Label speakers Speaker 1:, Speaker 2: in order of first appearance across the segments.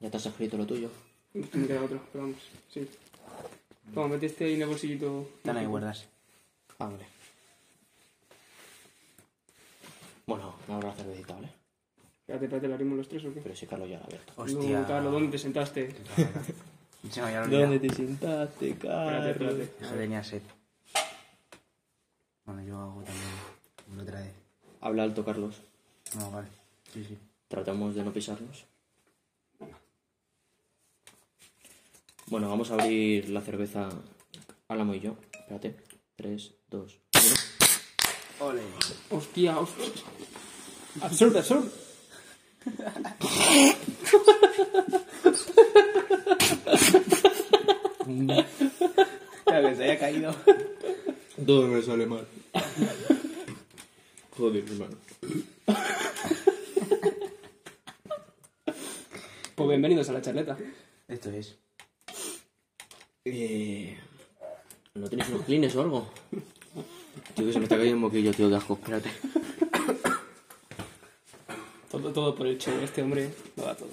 Speaker 1: Ya te has escrito lo tuyo.
Speaker 2: Me queda otro, pero vamos, sí. Vamos, mete este ahí en el bolsillito.
Speaker 3: Dame ahí, guardas.
Speaker 1: Ah, vale. Bueno, me abro la cervecita, ¿vale?
Speaker 2: Espérate, espérate, ¿lo abrimos los tres o qué?
Speaker 1: Pero si Carlos ya la ha abierto.
Speaker 3: Hostia.
Speaker 2: No, Carlos, ¿dónde te sentaste?
Speaker 3: Se me había olvidado.
Speaker 1: ¿Dónde te sentaste,
Speaker 2: Espérate,
Speaker 1: Carlos?
Speaker 2: espérate.
Speaker 3: Eso tenía sed. Bueno, yo hago también. Lo trae.
Speaker 1: Habla alto, Carlos.
Speaker 3: No, vale. Sí, sí.
Speaker 1: Tratamos de no pisarnos. Bueno, vamos a abrir la cerveza Álamo y yo. Espérate. 3, 2, 1.
Speaker 3: Ole.
Speaker 2: Hostia, hostia. Absurdo, absurdo.
Speaker 3: Claro que se haya caído.
Speaker 1: Todo me sale mal. Joder, hermano.
Speaker 2: Pues bienvenidos a la charleta.
Speaker 3: Esto es.
Speaker 1: Eh, ¿No tenéis unos clines o algo? Tío, que se me está cayendo el moquillo, tío, qué asco. Espérate.
Speaker 2: Todo, todo por el show, este hombre lo da todo.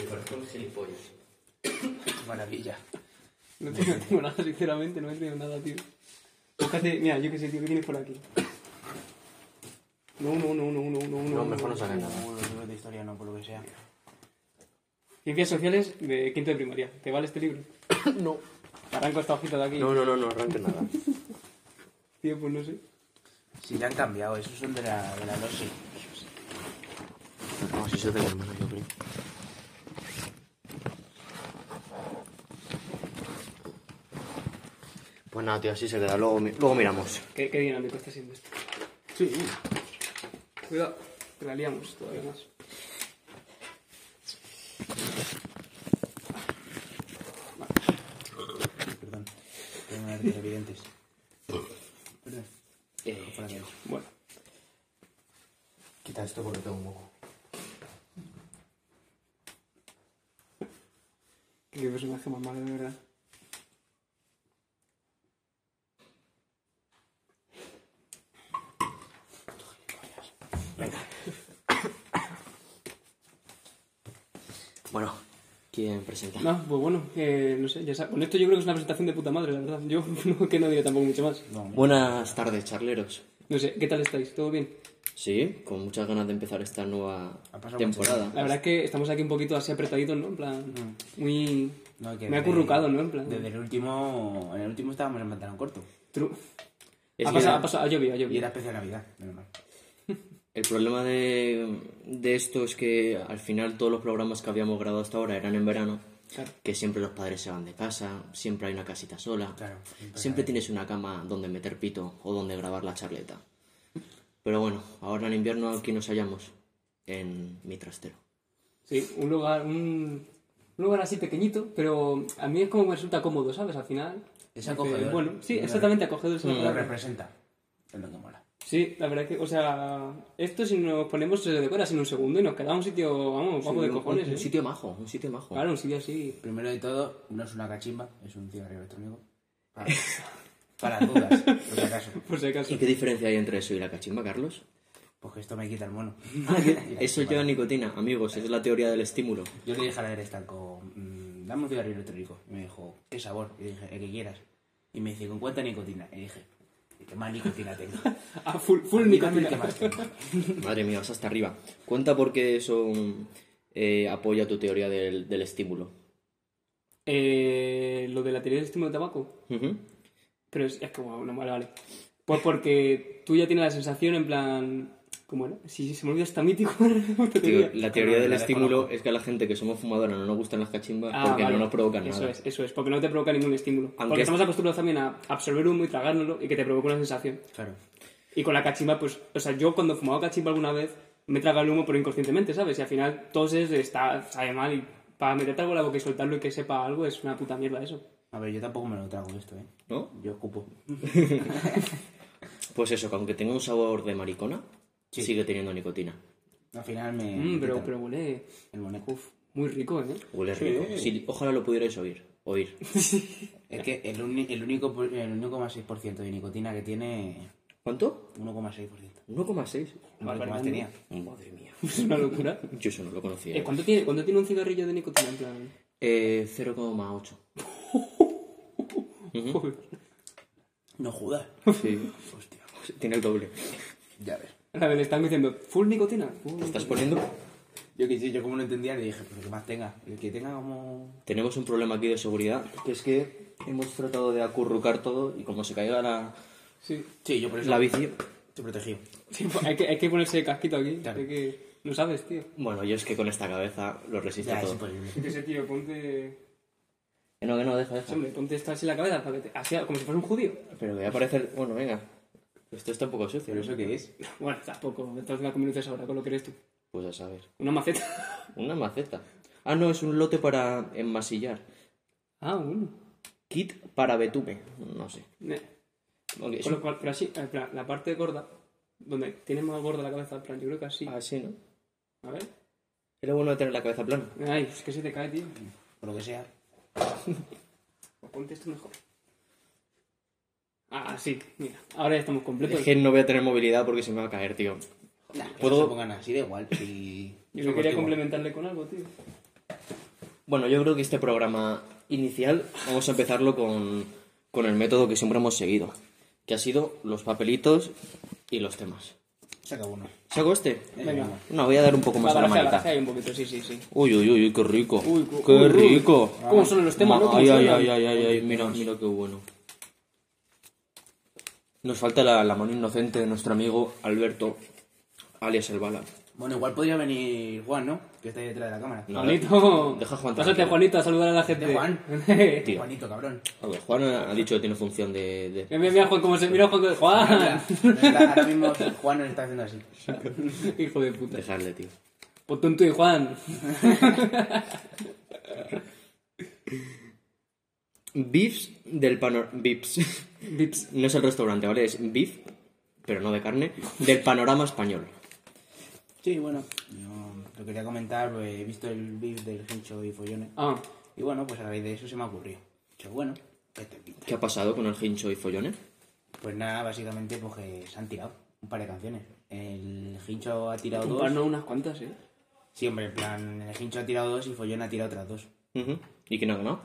Speaker 3: Qué maravilla.
Speaker 2: No tengo, no tengo nada, sinceramente, no he tenido nada, tío. Búscate, mira, yo qué sé, tío, ¿qué tienes por aquí? No, no, no, no, no, no, no.
Speaker 1: No, mejor no sale nada.
Speaker 3: Como los libros de historia, no, por lo que sea.
Speaker 2: Ciencias sociales de quinto de primaria. ¿Te vale este libro?
Speaker 1: No.
Speaker 2: Arranco esta hojita de aquí.
Speaker 1: No, no, no, no arranques nada.
Speaker 2: Tío, pues no sé.
Speaker 3: Sí, ya han cambiado. Esos son de la, de la Losi.
Speaker 1: No, si eso es de mi hermana, yo creo. Pues nada, tío, así se queda. Luego, mi- luego miramos.
Speaker 2: Qué, qué dinámico está siendo esto.
Speaker 1: Sí.
Speaker 2: Cuidado, te la liamos todavía más.
Speaker 3: Perdón. Tengo una de los evidentes. Perdón.
Speaker 1: Eh,
Speaker 3: Fuera de ahí.
Speaker 2: Bueno,
Speaker 1: Quita esto porque tengo un moco.
Speaker 2: qué personaje más malo, de verdad.
Speaker 1: Bueno, ¿quién presenta?
Speaker 2: No, pues bueno, eh, no sé, ya sabes. Con esto yo creo que es una presentación de puta madre, la verdad. Yo no, que no diré tampoco mucho más.
Speaker 1: Buenas tardes, charleros.
Speaker 2: No sé, ¿qué tal estáis? ¿Todo bien?
Speaker 1: Sí, con muchas ganas de empezar esta nueva
Speaker 3: Ha pasado
Speaker 1: temporada.
Speaker 2: La verdad es que estamos aquí un poquito así apretaditos, ¿no? En plan,
Speaker 3: Mm.
Speaker 2: muy...
Speaker 3: No, que
Speaker 2: Me ha
Speaker 3: desde-
Speaker 2: acurrucado, ¿no? En plan...
Speaker 3: Desde el último. En el último estábamos en pantalón corto.
Speaker 2: tru-
Speaker 1: Es
Speaker 2: Ha
Speaker 1: que
Speaker 2: pasado, ha pasado, ha llovido, ha
Speaker 3: Y
Speaker 2: llovido.
Speaker 3: era especial Navidad, menos mal.
Speaker 1: El problema de, de esto es que al final todos los programas que habíamos grabado hasta ahora eran en verano,
Speaker 2: Claro.
Speaker 1: que siempre los padres se van de casa, siempre hay una casita sola,
Speaker 3: Claro,
Speaker 1: siempre tienes una cama donde meter pito o donde grabar la charleta. Pero bueno, ahora en invierno aquí nos hallamos, en mi trastero.
Speaker 2: Sí, un lugar, un, un lugar así pequeñito, pero a mí es como me resulta cómodo, ¿sabes? Al final.
Speaker 3: Es acogedor. Mm.
Speaker 2: Eh, bueno, sí, exactamente acogedor. es la
Speaker 3: Lo
Speaker 2: palabra.
Speaker 3: representa. Es lo que mola.
Speaker 2: Sí, la verdad que, o sea, esto si nos ponemos se decora así en un segundo y nos queda un sitio, vamos, guapo de
Speaker 1: un,
Speaker 2: cojones.
Speaker 1: un
Speaker 2: ¿eh?
Speaker 1: sitio majo, un sitio majo.
Speaker 2: Claro, un sitio así.
Speaker 3: Primero de todo, no es una cachimba, es un cigarrillo electrónico. Para, para las dudas, por si acaso.
Speaker 2: Por si acaso.
Speaker 1: ¿Y qué diferencia hay entre eso y la cachimba, Carlos?
Speaker 3: Porque esto me quita el mono.
Speaker 1: Eso lleva nicotina, amigos, es la teoría del estímulo.
Speaker 3: Yo le dije a la del estanco, mm, dame un cigarrillo electrónico. Y me dijo, ¿qué sabor? Y dije, el que quieras. Y me dice, ¿con cuánta nicotina? Y dije, ¿y ¿qué más nicotina tengo?
Speaker 2: Ah, full, full
Speaker 3: Dame el
Speaker 2: nicotina.
Speaker 3: que más tengo.
Speaker 1: Madre mía, vas hasta arriba. Cuenta por qué eso mm, eh, apoya tu teoría del, del estímulo.
Speaker 2: Eh, lo de la teoría del estímulo de tabaco.
Speaker 1: Ujú.
Speaker 2: Pero es, es que, wow, no, vale, vale. Pues porque tú ya tienes la sensación, en plan. ¿Cómo era? Si se me olvida esta mítico.
Speaker 1: Tío,
Speaker 2: esta teoría.
Speaker 1: la teoría del
Speaker 3: la
Speaker 1: estímulo
Speaker 3: desconozco.
Speaker 1: es que a la gente que somos fumadora no nos gustan las cachimbas
Speaker 2: Ah,
Speaker 1: porque
Speaker 2: vale.
Speaker 1: no nos provocan
Speaker 2: eso
Speaker 1: nada.
Speaker 2: es, eso es, porque no te provoca ningún estímulo.
Speaker 1: Aunque
Speaker 2: porque
Speaker 1: es-
Speaker 2: estamos acostumbrados también a absorber humo y tragárnoslo y que te provoca una sensación.
Speaker 3: Claro.
Speaker 2: Y con la cachimba, pues, o sea, yo cuando fumaba cachimba alguna vez me he tragado el humo pero inconscientemente, ¿sabes? Y al final toses, está, sabe mal y para meterte algo en la boca y soltarlo y que sepa algo es una puta mierda eso.
Speaker 3: A ver, yo tampoco me lo trago esto, ¿eh?
Speaker 1: ¿No?
Speaker 3: Yo escupo.
Speaker 1: Pues eso, que aunque tenga un sabor de maricona,
Speaker 3: Sí.
Speaker 1: sigue teniendo nicotina.
Speaker 3: Al final me...
Speaker 2: Mm,
Speaker 3: me
Speaker 2: pero,
Speaker 3: quita
Speaker 2: pero huele
Speaker 3: El moneco.
Speaker 2: uf, muy rico, ¿eh?
Speaker 1: Huele
Speaker 3: Sí.
Speaker 1: rico. Si- ojalá lo pudierais oír. Oír.
Speaker 3: Es que el, uni- el único por- el único más 6% de nicotina que tiene
Speaker 1: ¿Cuánto?
Speaker 3: 1,6%.
Speaker 1: 1,6.
Speaker 3: Vale, ¿qué más
Speaker 2: Perdón.
Speaker 3: tenía?
Speaker 1: Madre mía.
Speaker 2: Es una locura.
Speaker 1: Yo eso no lo conocía.
Speaker 2: Eh, ¿cuánto, tiene, ¿Cuánto tiene un cigarrillo de nicotina? En plan,
Speaker 1: Eh, 0,8.
Speaker 2: joder.
Speaker 3: No jodas.
Speaker 1: Sí.
Speaker 3: Hostia.
Speaker 1: Tiene el doble.
Speaker 3: Ya ves.
Speaker 2: A ver, le están diciendo, full nicotina. full
Speaker 1: ¿Te estás
Speaker 2: nicotina.
Speaker 1: poniendo?
Speaker 3: Yo que sí, yo como no entendía le dije, pero que más tenga. El que tenga como...
Speaker 1: Tenemos un problema aquí de seguridad, que es que hemos tratado de acurrucar todo y como se caiga la,
Speaker 2: Sí.
Speaker 3: Sí, yo por eso
Speaker 1: la bici...
Speaker 3: te protegí.
Speaker 2: Sí, pues, hay, que, hay que ponerse casquito aquí.
Speaker 3: Claro.
Speaker 2: hay que- No sabes, tío.
Speaker 1: Bueno, yo es que con esta cabeza lo resisto
Speaker 3: Ya, pues. es
Speaker 1: todo.
Speaker 3: imposible.
Speaker 2: Yo qué sé, tío, ponte...
Speaker 1: Que no, que no, deja, deja.
Speaker 2: Hombre, ponte esto así en la cabeza, para que te- así, como si fuera un judío.
Speaker 1: Pero voy a parecer... Bueno, venga. Esto está un poco sucio.
Speaker 3: ¿Pero eso qué es?
Speaker 2: Bueno, tampoco, dentro de la minutos ahora, con lo que eres tú.
Speaker 1: Pues a saber.
Speaker 2: Una maceta.
Speaker 1: Una maceta. Ah, no, es un lote para enmasillar.
Speaker 2: Ah, bueno.
Speaker 1: Kit para betume. No sé.
Speaker 2: Eh,
Speaker 1: Ok, es
Speaker 2: Con lo
Speaker 1: un-
Speaker 2: cual, pero así, en plan, la parte gorda, donde tiene más gorda la cabeza, en plan, yo creo que así.
Speaker 1: Ah, sí, ¿no?
Speaker 2: A ver.
Speaker 1: Era bueno de tener la cabeza plana.
Speaker 2: Ay, es que se te cae, tío.
Speaker 3: Por lo que sea.
Speaker 2: Pues ponte esto mejor. Ah, sí, mira. Ahora ya estamos completos.
Speaker 1: Es que no voy a tener movilidad porque se me va a caer, tío.
Speaker 3: Nah, que
Speaker 1: ¿Puedo-
Speaker 3: no se pongan así, da igual. Si...
Speaker 2: Yo no quería complementarle con algo, tío.
Speaker 1: Bueno, yo creo que este programa inicial vamos a empezarlo con, con el método que siempre hemos seguido, que ha sido los papelitos y los temas.
Speaker 3: Saca uno.
Speaker 1: ¿Saco este?
Speaker 2: Venga.
Speaker 1: No, voy a dar un poco más
Speaker 2: La
Speaker 1: a la
Speaker 2: baraja, la
Speaker 1: manita.
Speaker 2: baraja ahí un poquito, sí, sí, sí.
Speaker 1: Uy, uy, uy, qué rico.
Speaker 2: Uy, cu-
Speaker 1: qué
Speaker 2: uy, uy.
Speaker 1: rico.
Speaker 2: ¿Cómo son los temas, no? ¿Cómo
Speaker 1: Ay, ay,
Speaker 2: suenan?
Speaker 1: ay, ay, ay, ay, mira, mira qué bueno. Nos falta la, la mano inocente de nuestro amigo Alberto, alias el Bala.
Speaker 3: Bueno, igual podría venir Juan, ¿no? Que está ahí detrás de la cámara.
Speaker 1: No,
Speaker 2: Juanito.
Speaker 1: deja a Juan
Speaker 2: Pásate,
Speaker 1: tranquilo.
Speaker 2: Juanito, a saludar a la gente.
Speaker 3: De Juan.
Speaker 1: Tío.
Speaker 3: Juanito, cabrón.
Speaker 1: A ver, Juan ha ha dicho que tiene función de... de-
Speaker 2: mira, mira, mira, Juan, cómo se mira, Juan. Juan.
Speaker 3: Ahora ahora mismo Juan nos está haciendo así.
Speaker 2: Hijo de puta.
Speaker 1: Dejarle, tío.
Speaker 2: Ponte un tuit, Juan.
Speaker 1: Beefs del panorama... Beefs.
Speaker 2: Vips.
Speaker 1: No es el restaurante, ¿vale? Es beef, pero no de carne, del panorama español.
Speaker 3: Sí, bueno. Yo lo quería comentar, pues, he visto el beef del hincho y follones.
Speaker 2: Ah,
Speaker 3: Y bueno, pues a raíz de eso se me ocurrió. Yo, bueno, ¿qué te pinta?
Speaker 1: ¿Qué ha pasado con el hincho y follones?
Speaker 3: Pues nada, básicamente, pues que se han tirado un par de canciones. El hincho ha tirado
Speaker 2: un
Speaker 3: dos.
Speaker 2: par no, unas cuantas, eh.
Speaker 3: Sí, hombre, en plan, el hincho ha tirado dos y Follón ha tirado otras dos.
Speaker 1: Ujú. ¿Y quién ha ganado?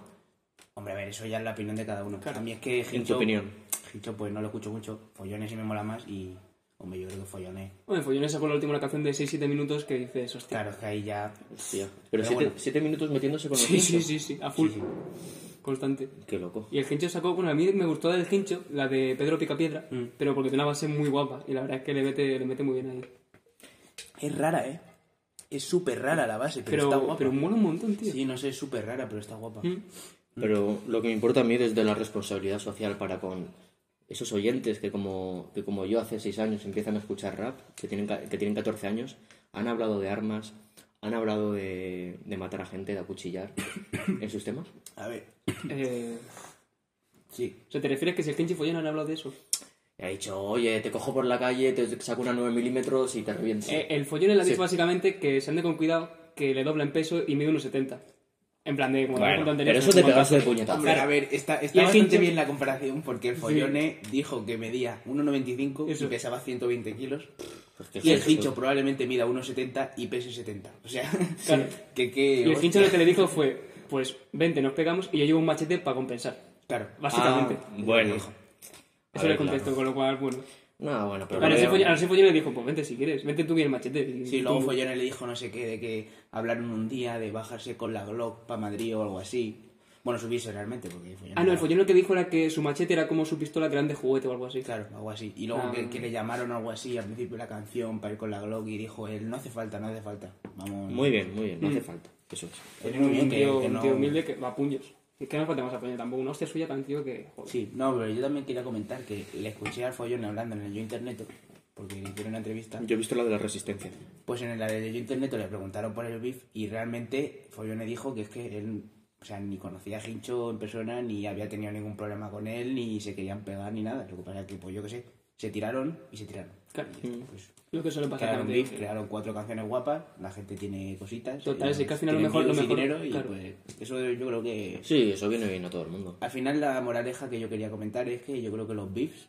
Speaker 3: Hombre, a ver, eso ya es la opinión de cada uno. A mí es que Hincho...
Speaker 1: tu opinión.
Speaker 3: Hincho, pues no lo escucho mucho. Follones sí me mola más y... Hombre, yo creo que Follones...
Speaker 2: Bueno, pues Follones sacó la última canción de 6-7 minutos que dices, hostia.
Speaker 3: Claro, es que ahí ya...
Speaker 1: Hostia. Pero,
Speaker 3: Pero
Speaker 1: siete,
Speaker 3: bueno.
Speaker 1: siete minutos metiéndose con el
Speaker 2: Sí,
Speaker 1: hincho.
Speaker 2: sí, sí, sí, a full. Constante.
Speaker 1: Qué loco.
Speaker 2: Y el Hincho sacó, bueno, a mí me gustó la del Hincho, la de Pedro Picapiedra,
Speaker 1: Mm.
Speaker 2: pero porque tiene una base muy guapa y la verdad es que le mete, le mete muy bien ahí.
Speaker 3: Es rara, ¿eh? Es súper rara la base, pero,
Speaker 2: Pero,
Speaker 3: está
Speaker 2: pero,
Speaker 3: guapa.
Speaker 2: mola un montón, tío. ¿Mm?
Speaker 3: Sí, no sé, es súper rara, pero está guapa.
Speaker 1: Pero lo que me importa a mí desde la responsabilidad social para con esos oyentes que como, que como yo hace seis años empiezan a escuchar rap, que tienen, ca- que tienen 14 años, han hablado de armas, han hablado de, de matar a gente, de acuchillar en sus temas.
Speaker 3: A ver...
Speaker 2: Eh,
Speaker 3: Sí.
Speaker 2: o sea, ¿te refieres que si el Hincho y Follón han hablado de eso?
Speaker 1: Y ha dicho, oye, te cojo por la calle, te saco una 9 milímetros y te reviento.
Speaker 2: Eh, el Follón le ha dicho
Speaker 1: Sí.
Speaker 2: básicamente que se ande con cuidado, que le dobla en peso y mide unos 70. En plan de... Como
Speaker 1: Bueno,
Speaker 2: lo anterior,
Speaker 1: pero eso
Speaker 2: es
Speaker 1: te
Speaker 2: un
Speaker 1: pegaste de
Speaker 2: montazo.
Speaker 1: puñetazo.
Speaker 3: Hombre, a ver, está,
Speaker 2: Y
Speaker 3: está
Speaker 2: el
Speaker 3: bastante
Speaker 2: Hincho-
Speaker 3: bien la comparación porque el Follone dijo que medía 1,95 y
Speaker 2: Eso.
Speaker 3: pesaba 120 kilos.
Speaker 1: Pues que
Speaker 3: Y el
Speaker 1: soy-
Speaker 3: hincho probablemente mida 1,70 y pese 70. O sea,
Speaker 2: Claro.
Speaker 3: que, que...
Speaker 2: Y el hincho lo que le dijo fue, pues vente, nos pegamos y yo llevo un machete para compensar.
Speaker 3: Claro.
Speaker 2: Básicamente.
Speaker 1: Ah, bueno. A
Speaker 2: Eso
Speaker 1: ver,
Speaker 2: le contestó,
Speaker 1: claro.
Speaker 2: con lo cual, bueno.
Speaker 1: No, bueno, pero...
Speaker 2: Ahora sí
Speaker 1: veo-
Speaker 2: Follón- ahora sí Follón le dijo, pues vente si quieres, vente tú y el machete. Y-
Speaker 3: Sí, luego
Speaker 2: y-
Speaker 3: Follone le dijo no sé qué, de que hablaron un día de bajarse con la Glock para Madrid o algo así. Bueno, subirse realmente, porque Follone...
Speaker 2: Ah, no, el Follón lo que dijo era que su machete era como su pistola que eran de juguete o algo así.
Speaker 3: Claro, algo así. Y luego
Speaker 2: Ah.
Speaker 3: que, que le llamaron algo así al principio de la canción para ir con la Glock y dijo él, no hace falta, no hace falta. Vamos.
Speaker 1: Muy bien, muy bien, no
Speaker 2: Mm.
Speaker 1: hace falta. Eso es.
Speaker 3: Él muy
Speaker 2: Un,
Speaker 3: bien que-
Speaker 2: tío,
Speaker 3: que
Speaker 2: un
Speaker 3: no-
Speaker 2: tío humilde que va a puños. Es que no falta más a Follón tampoco. Una hostia suya tan tío que... joder.
Speaker 3: Sí, no, pero yo también quería comentar que le escuché al Follón hablando en el Yo Internet, porque le hicieron una entrevista.
Speaker 1: Yo he visto la de la resistencia.
Speaker 3: Pues en la de Yo Internet le preguntaron por el beef y realmente Follone dijo que es que él, o sea, ni conocía a Hincho en persona, ni había tenido ningún problema con él, ni se querían pegar ni nada. Lo que pasa es que, pues yo qué sé, se tiraron y se tiraron.
Speaker 2: Claro.
Speaker 3: Pues,
Speaker 2: Lo que suele pasar.
Speaker 3: crearon
Speaker 2: gente.
Speaker 3: beef, crearon cuatro canciones guapas, la gente tiene cositas.
Speaker 2: Total,
Speaker 3: y
Speaker 2: sí, que al final lo
Speaker 3: tienen
Speaker 2: mejor- lo
Speaker 3: views y
Speaker 2: mejor,
Speaker 3: dinero y,
Speaker 2: claro.
Speaker 3: pues, eso yo creo que
Speaker 1: Sí, eso viene bien a todo el mundo.
Speaker 3: al final la moraleja que yo quería comentar es que yo creo que los beefs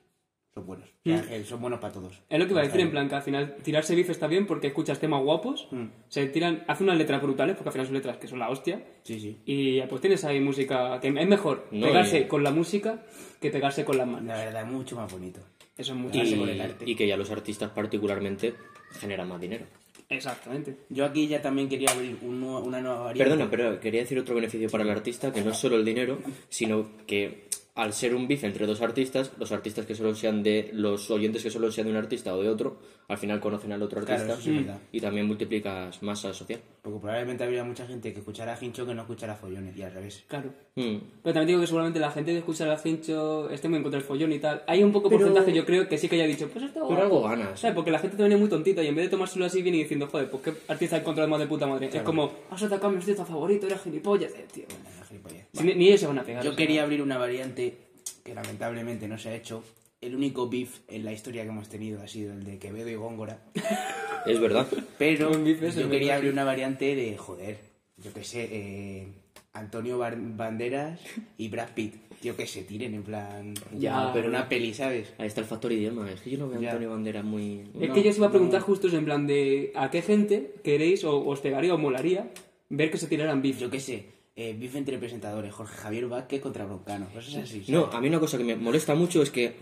Speaker 3: son buenos. O sea, eh, son buenos para todos.
Speaker 2: Mm. Es lo que iba a decir, en plan, que al final tirarse bif está bien porque escuchas temas guapos,
Speaker 3: Mm.
Speaker 2: se tiran, hace unas letras brutales, porque al final son letras que son la hostia,
Speaker 3: Sí, sí.
Speaker 2: y pues tienes ahí música, que es mejor
Speaker 1: No,
Speaker 2: pegarse
Speaker 1: y-
Speaker 2: con la música que pegarse con las manos.
Speaker 3: La verdad, es mucho más bonito.
Speaker 2: Eso es muy
Speaker 1: Y,
Speaker 3: con el arte.
Speaker 1: y que ya los artistas particularmente generan más dinero.
Speaker 2: Exactamente.
Speaker 3: Yo aquí ya también quería abrir un nuevo- una nueva variante.
Speaker 1: Perdona, pero quería decir otro beneficio para el artista, que no es solo el dinero, sino que al ser un bife entre dos artistas, los artistas que solo sean de los oyentes que solo sean de un artista o de otro, al final conocen al otro
Speaker 3: Claro,
Speaker 1: artista
Speaker 3: eso sí es verdad.
Speaker 1: y también multiplicas masa social.
Speaker 3: Porque probablemente habría mucha gente que escuchara a Hincho que no escuchara follones y al revés.
Speaker 2: Claro.
Speaker 1: Mm,
Speaker 2: Pero también digo que seguramente la gente que escucha el cincho esté muy en contra del follón y tal. Hay un poco
Speaker 1: Pero-
Speaker 2: porcentaje, yo creo, que sí que haya dicho, pues esto
Speaker 1: Pero algo ganas.
Speaker 2: ¿Sabes? Porque la gente también es muy tontita y en vez de tomárselo así viene diciendo, joder, pues qué artista has encontrado más de puta madre. Es como, has atacado a mi artista favorito, eres gilipollas, eh, tío.
Speaker 3: Ah, gilipollas.
Speaker 2: Si ni, ni ellos se van a pegar. o
Speaker 3: Yo
Speaker 2: sea.
Speaker 3: quería abrir una variante que lamentablemente no se ha hecho. El único beef en la historia que hemos tenido ha sido el de Quevedo y Góngora.
Speaker 1: Es verdad.
Speaker 3: Pero
Speaker 2: Buen beef ese,
Speaker 3: yo
Speaker 2: buen
Speaker 3: quería
Speaker 2: beef.
Speaker 3: abrir una variante de, joder, yo qué sé, eh, Antonio Bar- Banderas y Brad Pitt. Yo que se tiren en plan...
Speaker 2: Ya.
Speaker 3: pero una peli, ¿sabes?
Speaker 1: Ahí está el factor idioma. Es que yo no veo a
Speaker 3: Ya.
Speaker 1: Antonio Banderas muy...
Speaker 2: Es que yo os iba a preguntar justo eso, en plan de a qué gente queréis o os pegaría o molaría ver que se tiraran bif.
Speaker 3: Yo qué sé, eh, beef entre presentadores, Jorge Javier Vázquez contra Broncano, cosas así. ¿sabes?
Speaker 1: No, a mí una cosa que me molesta mucho es que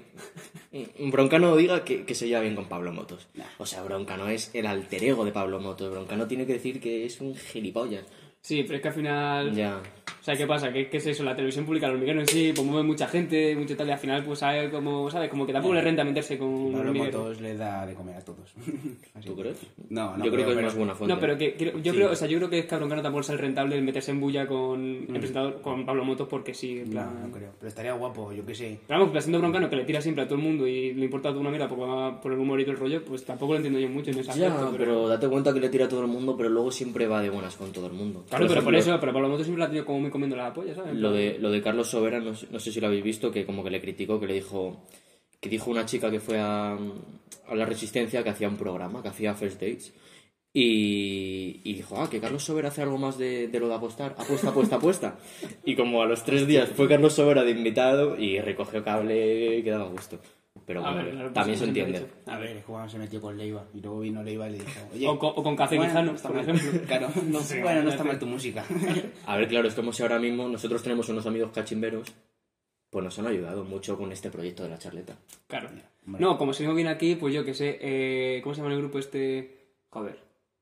Speaker 1: Broncano diga que, que se lleva bien con Pablo Motos. O sea, Broncano es el alter ego de Pablo Motos. Broncano tiene que decir que es un gilipollas.
Speaker 2: Sí, pero es que al final...
Speaker 1: Ya.
Speaker 2: O sea, ¿qué pasa? ¿Qué, qué es eso? La televisión pública, los hormiguero en sí, pues mueve mucha gente, mucho tal, y al final, pues, ¿sabes? Como, ¿sabes? Como que tampoco le renta meterse con un
Speaker 3: Pablo
Speaker 2: hormiguero.
Speaker 3: Motos les da de comer a todos. Así.
Speaker 1: ¿Tú crees?
Speaker 3: No, no.
Speaker 1: Yo creo que es
Speaker 3: pero-
Speaker 1: más buena fuente.
Speaker 2: No, pero que, que- yo creo, o sea, yo creo que es cabrón que no tampoco es rentable el meterse en bulla con
Speaker 1: Mm.
Speaker 2: el presentador, con Pablo Motos, porque sí, en
Speaker 3: No,
Speaker 2: plan.
Speaker 3: no creo. Pero estaría guapo, yo qué sé.
Speaker 2: Pero vamos, que siendo broncano que le tira siempre a todo el mundo y le importa toda una mierda por, por el humor y todo el rollo, pues tampoco lo entiendo yo mucho en ese
Speaker 1: Ya,
Speaker 2: aspecto,
Speaker 1: pero date cuenta que le tira a todo el mundo, pero luego siempre va de buenas con todo el mundo.
Speaker 2: Claro, pero por
Speaker 1: ejemplo,
Speaker 2: eso, pero Pablo Motos siempre la ha tenido como muy comiendo la polla, ¿sabes?
Speaker 1: Lo de, lo de Carlos Sobera, no, sé- no sé si lo habéis visto, que como que le criticó, que le dijo... Que dijo una chica que fue a, a La Resistencia que hacía un programa, que hacía First Dates. Y, y dijo, ah, que Carlos Sobera hace algo más de, de lo de apostar. Apuesta, apuesta, apuesta. Y como a los tres días fue Carlos Sobera de invitado y recogió cable, que daba gusto. Pero
Speaker 2: A
Speaker 1: bueno,
Speaker 2: ver, claro, pues,
Speaker 1: también se
Speaker 2: siempre lo he
Speaker 1: entiende.
Speaker 2: dicho.
Speaker 3: A ver, es como se metió con Leiva y luego vino Leiva y le dijo, oye,
Speaker 2: O con- o con Café Quijano,
Speaker 3: está
Speaker 2: por
Speaker 3: mal.
Speaker 2: ejemplo.
Speaker 3: Claro, no,
Speaker 2: Sí,
Speaker 3: bueno,
Speaker 2: imagínate.
Speaker 3: no está mal tu música.
Speaker 1: A ver, claro, es como si ahora mismo nosotros tenemos unos amigos cachimberos, pues nos han ayudado mucho con este proyecto de la charleta.
Speaker 2: Claro.
Speaker 3: Hombre.
Speaker 2: No, como si no viene aquí, pues yo que sé, eh, ¿cómo se llama el grupo este? Joder.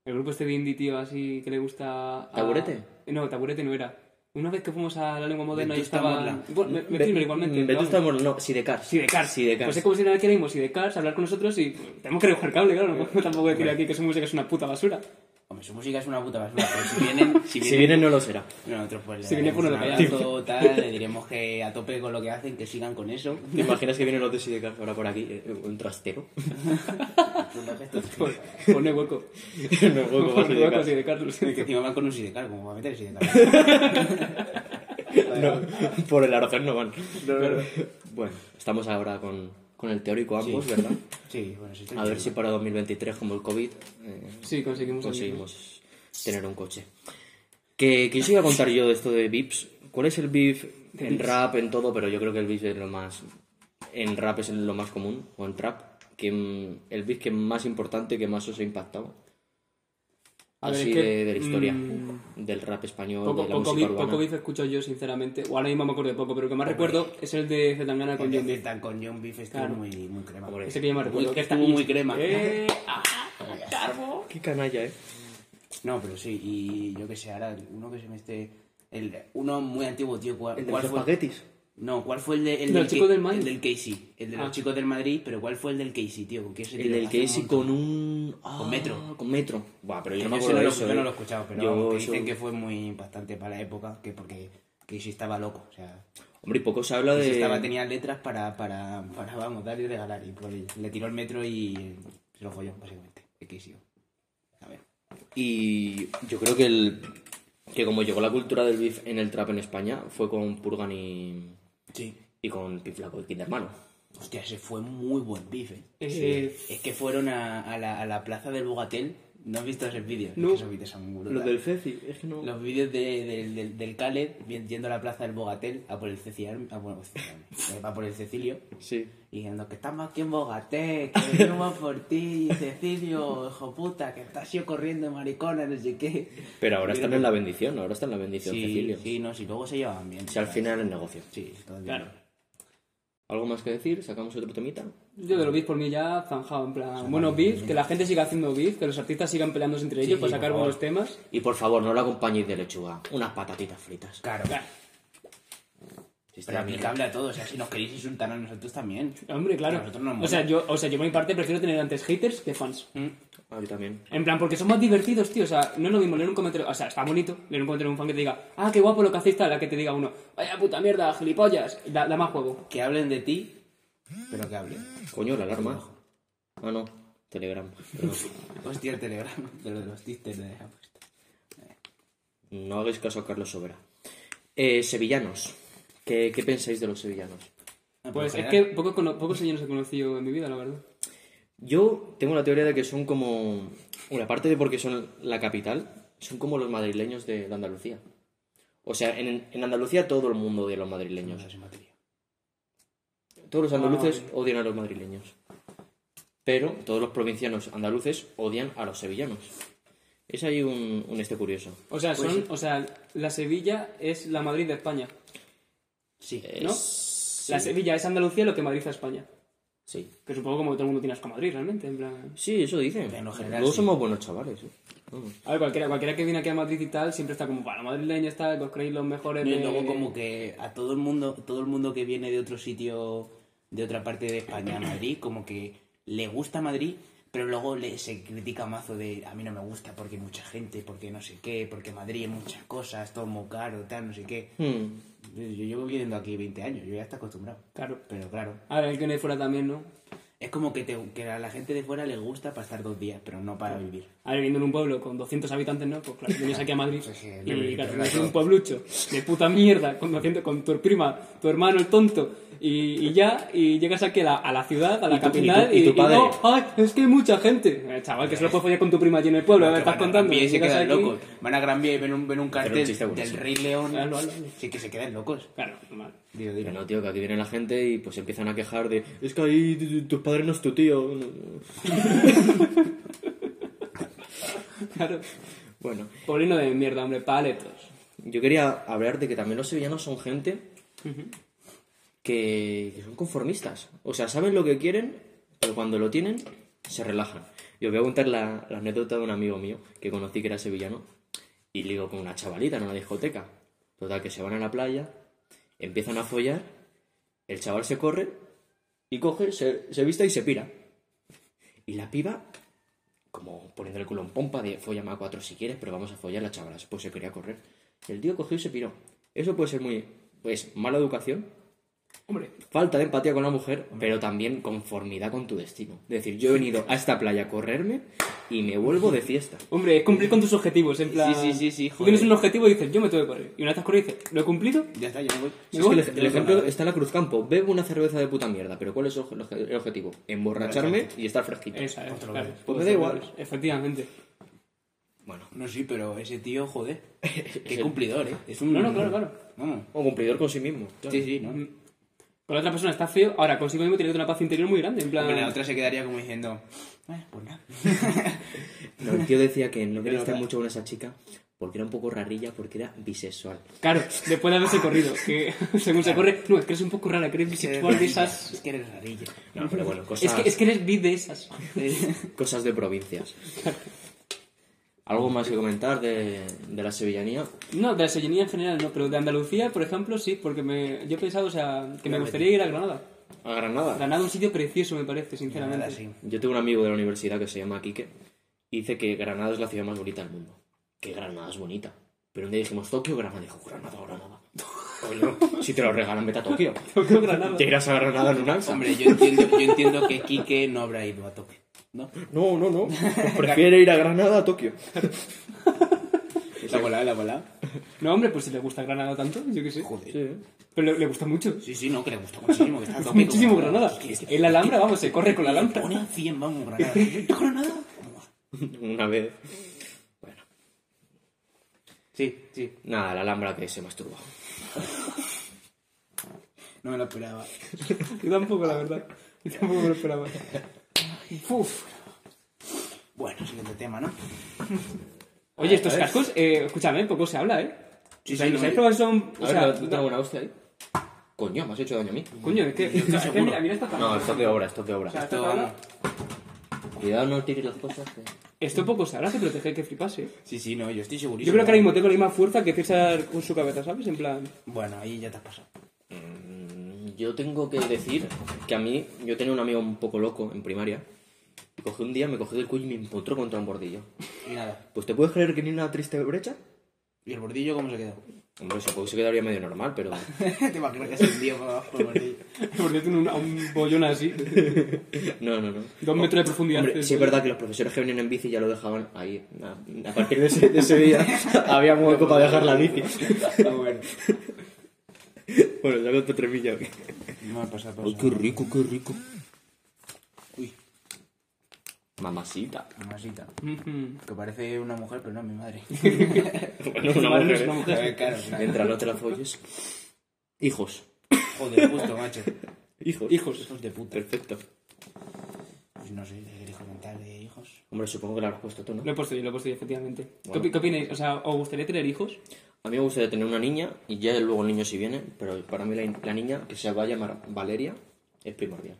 Speaker 2: El grupo este de indie, tío, así que le gusta... a-
Speaker 1: ¿Taburete?
Speaker 2: No, taburete no era. Una vez que fuimos a la lengua moderna y
Speaker 3: Vetusta
Speaker 2: estaba...
Speaker 3: Morla.
Speaker 2: Bueno, me, me
Speaker 1: Ve-
Speaker 2: firme igualmente.
Speaker 1: mm,
Speaker 2: pero
Speaker 1: Vetusta
Speaker 2: vamos.
Speaker 1: Morla, no, Sidecar.
Speaker 2: Sidecar.
Speaker 1: Sidecar.
Speaker 2: Pues es como si nada queremos Sidecars, hablar con nosotros y pues, tenemos que dibujar cable, claro. No podemos tampoco decir aquí que su música es una puta basura.
Speaker 3: Hombre, su música es una puta basura, pero si vienen... Si
Speaker 1: Si vienen no lo será.
Speaker 3: no, nosotros pues le
Speaker 2: Si viene, pues, no
Speaker 3: daremos un
Speaker 2: le
Speaker 3: abrazo, tal, le diremos que a tope con lo que hacen, que sigan con eso.
Speaker 1: ¿Te imaginas que vienen los de Sidecar ahora por aquí? eh, Un trastero.
Speaker 2: Pues pone hueco.
Speaker 1: no juego para
Speaker 2: Pone hueco
Speaker 1: Sidecar.
Speaker 2: Sidecar. lo
Speaker 3: que
Speaker 2: siento.
Speaker 3: encima van con un sidecar, como va a meter el sidecar.
Speaker 1: No, por el arrocer no van. Bueno, estamos ahora con, con el teórico ambos, ¿verdad?
Speaker 3: Sí, bueno, sí.
Speaker 1: A ver si para 2023, como el COVID, eh,
Speaker 2: Sí, conseguimos.
Speaker 1: conseguimos tener un coche. Que, que yo os iba a contar yo de esto de VIPs. ¿Cuál es el VIP en rap, en todo? Pero yo creo que el VIP es lo más. En rap es lo más común, o en trap. Que, mm, el VIP que más importante, que más os ha impactado.
Speaker 2: A ver,
Speaker 1: Así
Speaker 2: es que,
Speaker 1: de, de la historia.
Speaker 2: mm,
Speaker 1: del rap español,
Speaker 2: Poco,
Speaker 1: de la
Speaker 2: poco,
Speaker 1: música
Speaker 2: beef,
Speaker 1: urbana.
Speaker 2: poco beef escucho yo, sinceramente. O ahora mismo me acuerdo de poco, pero el que más recuerdo es el de Zetangana con John Beef.
Speaker 3: Están con John Beef, estuvo
Speaker 2: Claro.
Speaker 3: muy, muy crema.
Speaker 1: Hombre.
Speaker 2: Ese que yo me recuerdo.
Speaker 3: que estuvo muy crema.
Speaker 2: ¡Eh! ¡Ah! ¡Carbo!
Speaker 1: Qué canalla, eh.
Speaker 3: No, pero sí, y yo que sé, ahora uno que se me esté... El, uno muy antiguo, tío. ¿Cuál,
Speaker 1: El de
Speaker 3: cuál
Speaker 1: los
Speaker 3: fue?
Speaker 1: espaguetis.
Speaker 3: No, ¿cuál fue el, de, el
Speaker 2: No, el chico
Speaker 3: Ke-
Speaker 2: del Madrid.
Speaker 3: El del Casey. El de los
Speaker 2: Ah.
Speaker 3: chicos del Madrid, pero ¿cuál fue el del Casey, tío? ¿Con qué se
Speaker 1: El
Speaker 3: tiró?
Speaker 1: del
Speaker 3: Hace
Speaker 1: que
Speaker 3: un
Speaker 1: hice
Speaker 3: montón.
Speaker 1: con un. ah,
Speaker 3: Metro.
Speaker 1: Con metro. Buah, pero yo no me
Speaker 3: Yo
Speaker 1: acuerdo
Speaker 3: no
Speaker 1: de
Speaker 3: lo,
Speaker 1: eso.
Speaker 3: yo no
Speaker 1: eh.
Speaker 3: lo he escuchado, pero
Speaker 1: Yo
Speaker 3: vamos, que
Speaker 1: eso-
Speaker 3: dicen que fue muy impactante para la época, que porque Casey estaba loco, o sea...
Speaker 1: Hombre, y poco se habla
Speaker 3: Casey
Speaker 1: Ah, de.
Speaker 3: estaba, tenía letras para, para, para, vamos, dar y regalar, y pues le tiró el metro y eh, se lo folló, básicamente, el Casey. A ver.
Speaker 1: Y yo creo que el que como llegó la cultura del beef en el trap en España fue con Purgan y,
Speaker 3: Sí.
Speaker 1: y con Piflaco y Kid Hermano.
Speaker 3: Hostia, ese fue muy buen beef, eh.
Speaker 2: Eh,
Speaker 3: Es que fueron a, a la, a la plaza del Bogatel, No has visto esos vídeos.
Speaker 2: No.
Speaker 3: Es que Esos vídeos son brutales.
Speaker 1: Lo del Ceci, es que no.
Speaker 3: Los vídeos de- del- del, del Khaled yendo a la plaza del Bogatel a por el Ceci Arm- a, bueno, Ceci Arm- eh, a por el Cecilio
Speaker 1: Sí.
Speaker 3: y diciendo que estamos aquí en Bogatel, que venimos por ti, Cecilio, hijo puta, que estás yo corriendo maricona, no sé qué.
Speaker 1: Pero ahora están
Speaker 3: Pero-
Speaker 1: en la bendición, ahora está en la bendición,
Speaker 3: Sí,
Speaker 1: Cecilio.
Speaker 3: sí, no, sí, luego se llevaban bien.
Speaker 1: Si al final el negocio.
Speaker 3: Sí, todo bien.
Speaker 2: Claro.
Speaker 1: ¿Algo más que decir? ¿Sacamos otro temita?
Speaker 2: Yo de los beats por mí ya zanjado, en plan, buenos beats, que la gente siga haciendo beats, que los artistas sigan peleándose entre ellos para
Speaker 3: por
Speaker 2: sacar
Speaker 3: favor.
Speaker 2: buenos temas.
Speaker 1: Y por favor, no lo acompañéis de lechuga. Unas patatitas fritas.
Speaker 3: Claro. Sí, está aplicable a todo, o sea, si nos queréis insultar a nosotros también.
Speaker 2: Hombre,
Speaker 3: A
Speaker 2: claro.
Speaker 3: nosotros nos mola.
Speaker 2: O sea, yo, o sea, yo por mi parte prefiero tener antes haters que fans.
Speaker 1: Ah, yo también.
Speaker 2: En plan, porque son más divertidos, tío. O sea, no es lo mismo leer un comentario. O sea, está bonito leer un comentario de un fan que te diga, ah, qué guapo lo que hacéis, tal, a que te diga uno, vaya puta mierda, gilipollas. Da, da más juego.
Speaker 3: Que hablen de ti, pero que hablen.
Speaker 1: Coño, la alarma. Ah, no. Telegram. Perdón.
Speaker 3: Hostia, el telegrama de lo de los tistes de la apuesta.
Speaker 1: No hagáis caso a Carlos Sobera. Eh, sevillanos. ¿Qué, qué pensáis de los sevillanos?
Speaker 3: Ah,
Speaker 2: Pues
Speaker 3: pero
Speaker 2: es que
Speaker 3: general,
Speaker 2: pocos cono- pocos señores he conocido en mi vida, la verdad.
Speaker 1: Yo tengo la teoría de que son como. Bueno, aparte de porque son la capital, son como los madrileños de de Andalucía. O sea, en, en Andalucía todo el mundo odia a los
Speaker 3: no
Speaker 1: madrileños.
Speaker 3: sé si me atrevo.
Speaker 1: Todos los andaluces
Speaker 2: Ah,
Speaker 1: odian a los madrileños. Pero todos los provincianos andaluces odian a los sevillanos. Es ahí un, un este curioso.
Speaker 2: O sea,
Speaker 3: Pues
Speaker 2: son, o sea, la Sevilla es la Madrid de España,
Speaker 3: Sí.
Speaker 2: ¿no? La Sevilla es Andalucía lo que Madrid es España.
Speaker 1: Sí.
Speaker 2: Que supongo como todo el mundo tiene asco a Madrid, realmente, en plan...
Speaker 1: Sí, eso dicen.
Speaker 3: En lo general,
Speaker 1: Todos
Speaker 3: sí.
Speaker 1: somos buenos chavales. ¿eh? Vamos.
Speaker 2: A ver, cualquiera, cualquiera que viene aquí a Madrid y tal, siempre está como, bueno, madrileño está, que os creéis pues los mejores
Speaker 3: No,
Speaker 2: de...
Speaker 3: y luego como que a todo el mundo, todo el mundo que viene de otro sitio, de otra parte de España a Madrid, como que le gusta Madrid, pero luego le, se critica mazo de a mí no me gusta porque hay mucha gente, porque no sé qué, porque Madrid hay muchas cosas, todo muy caro, tal, no sé qué.
Speaker 1: Hmm.
Speaker 3: Yo yo llevo viviendo aquí 20 años, yo ya estoy acostumbrado.
Speaker 2: Claro.
Speaker 3: Pero claro,
Speaker 2: A ver, el que viene de fuera también, ¿no?
Speaker 3: es como que, te- que a la gente de fuera le gusta para estar dos días, pero no para vivir.
Speaker 2: A ver, viendo en un pueblo con 200 habitantes, ¿no? Pues claro, vienes aquí a Madrid
Speaker 3: Sí, sí, el
Speaker 2: y
Speaker 3: pueblito,
Speaker 2: claro,
Speaker 3: claro.
Speaker 2: es un pueblucho de puta mierda con 200, con tu prima, tu hermano el tonto y, y ya, y llegas aquí a la, a la ciudad, a la
Speaker 1: Y tu- y tu-
Speaker 2: capital
Speaker 1: y tu padre.
Speaker 2: no, ay, es que hay mucha gente. Eh, chaval, que solo puedes follar con tu prima allí en el pueblo, me
Speaker 3: Que
Speaker 2: estás
Speaker 3: van a
Speaker 2: contando.
Speaker 3: Gran Vía y se
Speaker 2: Llegas
Speaker 3: quedan
Speaker 2: aquí-
Speaker 3: locos. Van a Gran Vía y ven un, ven un
Speaker 1: Hacer un
Speaker 3: cartel
Speaker 1: chiste
Speaker 3: del
Speaker 1: buenísimo.
Speaker 3: Rey León.
Speaker 2: Hazlo, hazlo.
Speaker 3: Sí, que se quedan locos.
Speaker 2: Claro, normal.
Speaker 3: Digo,
Speaker 1: Pero
Speaker 3: digo.
Speaker 1: no, tío, que aquí viene la gente y pues se empiezan a quejar de es que ahí tu- tu- tus padres no es tu tío.
Speaker 2: Claro.
Speaker 1: Bueno,
Speaker 2: Poblino de mierda, hombre, paletos.
Speaker 1: yo quería hablar de que también los sevillanos son gente que, que son conformistas. O sea, saben lo que quieren, pero cuando lo tienen, se relajan. Y os voy a contar la, la anécdota de un amigo mío que conocí que era sevillano y digo con una chavalita en una discoteca. Total, que se van a la playa, empiezan a follar, el chaval se corre y coge, se, se vista y se pira. Y la piba, como poniendo el culo en pompa, de follame a cuatro si quieres, pero vamos a follar las chavalas. Pues se quería correr. El tío cogió y se piró. Eso puede ser muy. Pues mala educación,
Speaker 2: Hombre,
Speaker 1: falta de empatía con la mujer, pero también conformidad con tu destino. Es decir, yo he venido a esta playa a correrme y me vuelvo de fiesta.
Speaker 2: hombre, es cumplir con tus objetivos, en plan...
Speaker 3: Sí, sí, sí, sí,
Speaker 2: Tú
Speaker 3: joder.
Speaker 2: Tienes un objetivo y dices, yo me tengo que correr. Y una vez te has corrido dices, ¿lo he cumplido?
Speaker 3: Ya está, yo me voy.
Speaker 1: Si es que el, ej-
Speaker 2: Yo
Speaker 1: el ejemplo está en la Cruzcampo. Bebo una cerveza de puta mierda, pero ¿cuál es el oje- el objetivo? Emborracharme y estar fresquito.
Speaker 2: Esa es,
Speaker 3: Otro
Speaker 2: claro.
Speaker 3: vez.
Speaker 1: Pues me da igual.
Speaker 2: Efectivamente.
Speaker 1: Bueno,
Speaker 3: No, sí, pero ese tío, joder. Qué cumplidor, ¿eh? Es un...
Speaker 2: No, no, claro, claro.
Speaker 3: Vamos.
Speaker 1: o cumplidor con sí mismo. claro.
Speaker 3: Sí, sí, ¿no?
Speaker 2: Con la otra persona está feo, ahora consigo mismo tiene una paz interior muy grande, en plan...
Speaker 3: Hombre, la otra se quedaría como diciendo... "Eh, pues nada.
Speaker 1: No, el tío decía que no
Speaker 3: Pero,
Speaker 1: quería estar
Speaker 3: claro.
Speaker 1: mucho con esa chica porque era un poco rarilla, porque era bisexual.
Speaker 2: Claro, después de haberse corrido, que según se corre, no, es que eres un poco rara, que eres bisexual de esas...
Speaker 3: Es que eres rarilla.
Speaker 1: No, pero bueno,
Speaker 2: Es
Speaker 1: cosas,
Speaker 2: que, es que eres bi de esas.
Speaker 1: cosas de provincias. ¿Algo más que comentar de, de la sevillanía?
Speaker 2: No, de la Sellanía en general no, pero de Andalucía, por ejemplo, sí, porque me, yo he pensado, o sea, que me gustaría ir a Granada.
Speaker 1: A Granada.
Speaker 2: Granada es un sitio precioso, me parece,
Speaker 3: Nada,
Speaker 2: sinceramente.
Speaker 3: sí.
Speaker 1: Yo tengo un amigo de la universidad que se llama Quique y dice que Granada es la ciudad más bonita del mundo. Que Granada es bonita. Pero un día dijimos Tokio, Granada. Dijo, Granada, Granada. Coño, si te lo regalan, vete a Tokio.
Speaker 2: Tokio, Granada.
Speaker 1: Te irás a Granada en un alza.
Speaker 3: Hombre, yo entiendo, yo entiendo que Quique no habrá ido a toque. ¿No?
Speaker 1: No, no, no. Prefiere ir a Granada a Tokio.
Speaker 3: La volada, la volada.
Speaker 2: No, hombre, pues si le gusta Granada tanto, yo qué sé.
Speaker 3: Joder.
Speaker 1: Sí.
Speaker 2: Pero le, le gusta mucho.
Speaker 3: Sí, sí, no, que le gustó muchísimo. Que está a tope con
Speaker 2: Muchísimo
Speaker 3: Granada.
Speaker 2: Granada.
Speaker 3: Es que-
Speaker 2: El Alhambra, vamos, se corre con la
Speaker 3: Pone
Speaker 2: Alhambra.
Speaker 3: a 100, vamos, Granada. ¿Yo Granada? Vamos.
Speaker 1: una vez. Bueno,
Speaker 3: Sí, sí.
Speaker 1: nada, la Alhambra que se masturbó.
Speaker 3: No me lo esperaba.
Speaker 2: Yo tampoco, la verdad. Yo tampoco me lo esperaba. Uf.
Speaker 3: Bueno, siguiente tema, ¿no?
Speaker 2: Oye, estos cascos, eh, escúchame, poco se habla, ¿eh?
Speaker 3: Sí,
Speaker 2: o sea,
Speaker 3: sí,
Speaker 2: los
Speaker 3: no,
Speaker 2: iPhones son...
Speaker 1: A
Speaker 2: O
Speaker 1: ver,
Speaker 2: sea,
Speaker 1: ¿tú tengo una hostia ahí? Coño, me has hecho daño a mí.
Speaker 2: coño, es que... es que
Speaker 3: seguro.
Speaker 2: mira, mira esta tabla.
Speaker 1: No, esto es de obra, esto es de
Speaker 2: O sea,
Speaker 1: obra.
Speaker 2: esta
Speaker 3: Esto,
Speaker 2: tabla-
Speaker 3: vamos.
Speaker 1: Cuidado, no tires las cosas. que-
Speaker 2: Esto poco se habla, se protege que flipase.
Speaker 3: Sí, sí, no, yo estoy segurísimo.
Speaker 2: Yo creo que ahora mismo tengo la misma fuerza que César con su cabeza, ¿sabes? En plan...
Speaker 3: Bueno, ahí ya te has pasado.
Speaker 1: Mm, Yo tengo que decir que a mí, yo tenía un amigo un poco loco en primaria. Y cogí un día, me cogió del cuello y me empotró contra un bordillo.
Speaker 3: Y nada.
Speaker 1: Pues te puedes creer que ni una triste brecha.
Speaker 3: ¿Y el bordillo cómo se quedó?
Speaker 1: Hombre, supongo que se quedaría medio normal, pero.
Speaker 3: te imaginas que se hundió por abajo el bordillo.
Speaker 2: Porque tiene un, a un bollón así, de
Speaker 1: No, no, no.
Speaker 2: dos metros de profundidad.
Speaker 1: Hombre, sí es verdad que los profesores que venían en bici ya lo dejaban ahí. nada, A partir de ese, de ese día había hueco para dejar la bici.
Speaker 3: Muy bueno.
Speaker 1: Bueno, ya con tu tremilla.
Speaker 3: No, pasa, pasa.
Speaker 1: Ay, qué rico, qué rico.
Speaker 3: Uy,
Speaker 1: Mamacita.
Speaker 3: mamacita.
Speaker 2: Ujú.
Speaker 3: Que parece una mujer, pero no es mi madre.
Speaker 1: Bueno,
Speaker 2: Tu
Speaker 1: una
Speaker 2: madre no
Speaker 1: mujer,
Speaker 2: es una
Speaker 1: ¿eh?
Speaker 2: mujer.
Speaker 3: claro, claro.
Speaker 1: Mientras no te la folles. Hijos.
Speaker 3: Joder, justo, macho.
Speaker 1: Hijos.
Speaker 2: Hijos.
Speaker 3: Hijos de puta.
Speaker 1: Perfecto.
Speaker 3: Pues no sé, ¿qué queréis comentar de hijos?
Speaker 1: Hombre, supongo que la habrás puesto tú, ¿no?
Speaker 2: Lo he puesto yo, lo he puesto yo, efectivamente. ¿Qué
Speaker 1: Bueno.
Speaker 2: opi- ¿Qué opináis? O sea, ¿os gustaría tener hijos?
Speaker 1: A mí me gustaría tener una niña y ya luego el niño si viene, pero para mí la, la niña que se va a llamar Valeria es primordial.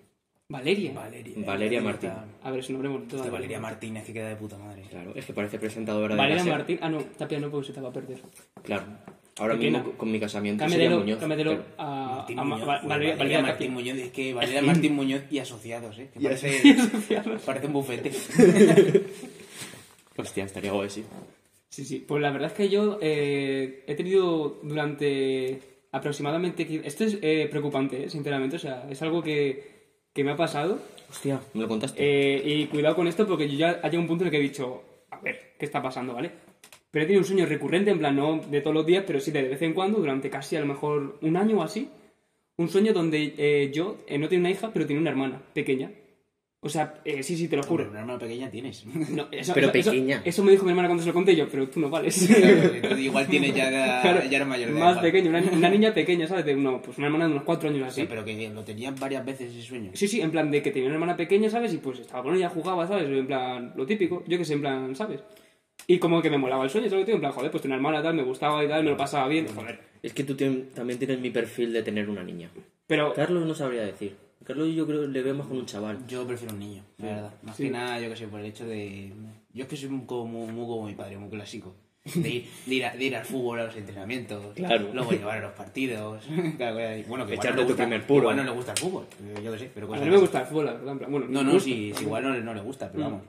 Speaker 2: Valeria.
Speaker 3: Valeria.
Speaker 1: Valeria Martín.
Speaker 2: A ver, es un nombre bonito.
Speaker 3: De
Speaker 2: Valeria.
Speaker 3: Valeria Martínez, que queda de puta madre.
Speaker 1: Claro, es que parece presentadora de
Speaker 2: Valeria
Speaker 1: la SER.
Speaker 2: Martín. Ah, no, Tapia no, porque se te va a perder.
Speaker 1: Claro. Ahora
Speaker 2: Qué
Speaker 1: mismo
Speaker 2: pena.
Speaker 1: con mi casamiento sería
Speaker 2: Cámbiatelo
Speaker 1: Muñoz.
Speaker 2: cámbiatelo
Speaker 1: pero-
Speaker 2: a, a
Speaker 3: Martín
Speaker 2: Ma-
Speaker 3: Muñoz.
Speaker 2: Va-
Speaker 3: Joder,
Speaker 2: Ah, Valeria, Valeria
Speaker 3: Valeria
Speaker 2: Tapia.
Speaker 3: Martín Muñoz. Es que Valeria Martín Muñoz y asociados, ¿eh? Que parece, parece un bufete.
Speaker 1: Hostia, estaría guay, sí.
Speaker 2: Sí, sí. Pues la verdad es que yo eh, he tenido durante aproximadamente... qui- Esto es eh, preocupante, eh, sinceramente. O sea, es algo que, que me ha pasado.
Speaker 1: Hostia, ¿me lo contaste?
Speaker 2: Eh, y cuidado con esto porque yo ya ha llegado un punto en el que he dicho, a ver, ¿qué está pasando, vale? Pero he tenido un sueño recurrente, en plan, no de todos los días, pero sí de vez en cuando, durante casi a lo mejor un año o así, un sueño donde eh, yo eh, no tenía una hija, pero tenía una hermana pequeña. O sea, eh, sí, sí, te lo
Speaker 3: Hombre,
Speaker 2: juro.
Speaker 3: una hermana pequeña tienes.
Speaker 2: No, eso-
Speaker 1: Pero
Speaker 2: eso- eso-
Speaker 1: pequeña.
Speaker 2: Eso, me dijo mi hermana cuando se lo conté yo, pero tú no vales.
Speaker 3: Claro, Igual tienes ya,
Speaker 2: Claro,
Speaker 3: Ah, ya era mayor de
Speaker 2: más
Speaker 3: edad.
Speaker 2: pequeña, una, ni- una niña pequeña, ¿sabes? De uno, pues una hermana de unos cuatro años así.
Speaker 3: Sí, pero que lo tenías varias veces ese sueño.
Speaker 2: Sí, sí, en plan de que tenía una hermana pequeña, ¿sabes? Y pues estaba con ella, jugaba, ¿sabes? En plan, lo típico, yo que sé, en plan, ¿sabes? Y como que me molaba el sueño, ¿sabes? tío? En plan, joder, pues tenía una hermana tal, me gustaba y tal, me lo pasaba bien, joder.
Speaker 1: Es que tú tien- también tienes mi perfil de tener una niña.
Speaker 2: Pero,
Speaker 1: Carlos no sabría decir. Carlos yo creo que le veo más con un chaval.
Speaker 3: Yo prefiero un niño, la verdad. Más
Speaker 2: Sí.
Speaker 3: que nada, yo que sé, por el hecho de. Yo es que soy un- como, muy, muy como mi padre, muy clásico. De ir, de ir a- de ir al fútbol, a los entrenamientos,
Speaker 1: Claro.
Speaker 3: luego llevar a los partidos. claro, que- bueno, que igual
Speaker 1: Echarle
Speaker 3: no le
Speaker 1: tu
Speaker 3: gusta-
Speaker 1: primer puro.
Speaker 3: Igual no le gusta el fútbol, eh, yo que sé, pero
Speaker 2: ¿eh? pues a
Speaker 3: cosas
Speaker 2: mí me
Speaker 3: así.
Speaker 2: gusta el fútbol, Mm. la verdad, en plan, bueno,
Speaker 3: No,
Speaker 2: me
Speaker 3: no,
Speaker 2: gusta.
Speaker 3: si, si igual no, le- no le gusta, pero vamos.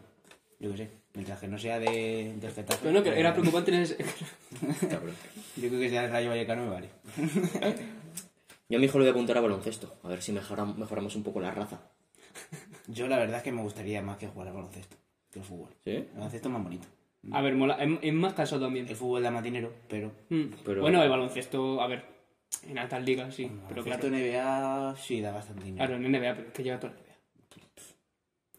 Speaker 3: Yo que sé, mientras que no sea de, del Getafe.
Speaker 2: Pero no, que era preocupante en ese...
Speaker 1: Cabrón.
Speaker 3: Yo creo que sea del Rayo Vallecano me vale.
Speaker 1: Yo a mi hijo le voy a apuntar a baloncesto. A ver si mejora- mejoramos un poco la raza.
Speaker 3: Yo la verdad es que me gustaría más que jugar al baloncesto que el fútbol.
Speaker 1: ¿Sí?
Speaker 3: El baloncesto es más bonito.
Speaker 2: A ver, mola, es, es más caso también.
Speaker 3: El fútbol da más dinero, pero.
Speaker 2: Mm.
Speaker 1: Pero-
Speaker 2: Bueno, el baloncesto, a ver, en altas ligas, sí, pero
Speaker 3: baloncesto
Speaker 2: claro.
Speaker 3: NBA sí da bastante dinero.
Speaker 2: Claro, en NBA, pero es que lleva toda la NBA.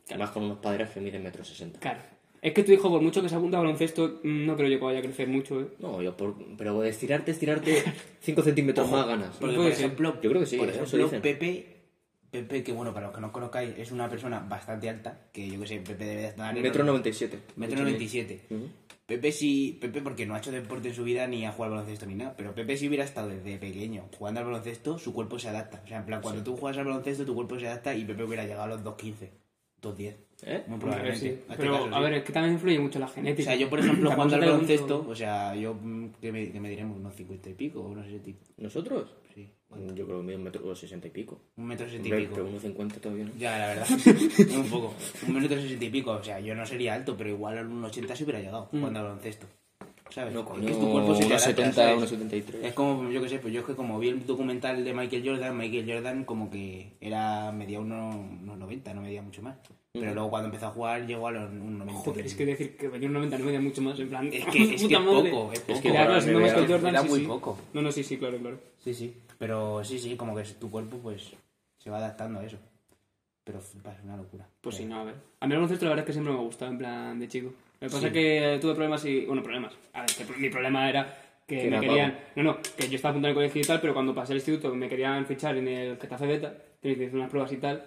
Speaker 2: Claro.
Speaker 1: Más con unos padres que miden metro sesenta.
Speaker 2: Claro. Es que tu hijo, por mucho que se apunte a baloncesto, mm, no creo yo que vaya a crecer mucho, ¿eh?
Speaker 1: No, yo por... Pero estirarte, estirarte 5 centímetros más ganas.
Speaker 3: Porque,
Speaker 2: Puede
Speaker 3: por
Speaker 2: ser.
Speaker 3: ejemplo,
Speaker 1: Yo creo que sí,
Speaker 3: por
Speaker 1: eso
Speaker 3: ejemplo,
Speaker 1: dicen.
Speaker 3: Pepe, Pepe, que bueno, para los que no os conozcáis, es una persona bastante alta, que yo que sé, Pepe debe estar en
Speaker 1: Metro
Speaker 3: el-
Speaker 1: 97.
Speaker 3: metro 97. Pepe sí, Pepe porque no ha hecho deporte en su vida ni ha jugado al baloncesto ni nada, pero Pepe si hubiera estado desde pequeño jugando al baloncesto, su cuerpo se adapta. O sea, en plan, cuando tú juegas al baloncesto, tu cuerpo se adapta y Pepe hubiera llegado a los 2.15, 2.10.
Speaker 1: ¿Eh?
Speaker 3: Muy
Speaker 2: Hombre, a ver,
Speaker 3: probablemente.
Speaker 2: sí.
Speaker 3: En este
Speaker 2: Pero,
Speaker 3: caso,
Speaker 2: a
Speaker 3: sí.
Speaker 2: ver, es que también influye mucho la
Speaker 3: O
Speaker 2: genética.
Speaker 3: sea, yo por ejemplo
Speaker 2: Tampoco
Speaker 3: jugando al
Speaker 2: te pregunto-
Speaker 3: baloncesto, o sea, yo mm, que me, que me diremos unos 50 y pico, unos 60 y pico.
Speaker 1: ¿Nosotros?
Speaker 3: Sí.
Speaker 1: Yo creo que mido un metro sesenta y pico.
Speaker 3: Un metro 60 y
Speaker 1: Hombre,
Speaker 3: pico.
Speaker 1: Pero uno cincuenta todavía no.
Speaker 3: Ya, la verdad. un poco. Un minuto sesenta y pico. O sea, yo no sería alto, pero igual a un 80 se hubiera llegado
Speaker 2: Mm.
Speaker 3: cuando al baloncesto. ¿Sabes?
Speaker 1: No,
Speaker 3: Es
Speaker 1: coño,
Speaker 3: que tu cuerpo se te
Speaker 1: unos
Speaker 3: adapta,
Speaker 1: 70,
Speaker 3: ¿sabes?
Speaker 1: unos 73.
Speaker 3: Es como, yo qué sé, pues yo es que como vi el documental de Michael Jordan, Michael Jordan como que era, medía uno- unos 90, no medía mucho más. Pero luego cuando empezó a jugar llegó a los unos 90.
Speaker 2: Mm. Joder, es que decir que venía un 90 no me da mucho más, en plan...
Speaker 3: Es que- es que
Speaker 2: puta
Speaker 3: es
Speaker 2: madre.
Speaker 3: poco, es
Speaker 1: poco.
Speaker 2: Ya, claro,
Speaker 1: Ahora
Speaker 2: si
Speaker 1: me
Speaker 2: no
Speaker 1: da-
Speaker 2: Michael
Speaker 1: me
Speaker 2: Jordan,
Speaker 3: da
Speaker 2: sí,
Speaker 3: muy
Speaker 2: sí.
Speaker 3: poco.
Speaker 2: No, no, sí, sí, claro, claro.
Speaker 3: Sí, sí. Pero sí, sí, como que tu cuerpo pues se va adaptando a eso. Pero flipa, es una locura.
Speaker 2: Pues
Speaker 3: sí,
Speaker 2: sí, no, a ver. A mí el baloncesto la verdad es que siempre me ha gustado, en plan de chico. Lo que pasa
Speaker 1: Sí.
Speaker 2: es que tuve problemas y... Bueno, problemas. A ver, que pro- mi problema era que,
Speaker 1: Que
Speaker 2: me
Speaker 1: era
Speaker 2: querían...
Speaker 1: vago.
Speaker 2: No, no, que yo estaba apuntado en el colegio y tal, pero cuando pasé el instituto me querían fichar en el Getafe Beta, tenía que hacer unas pruebas y tal,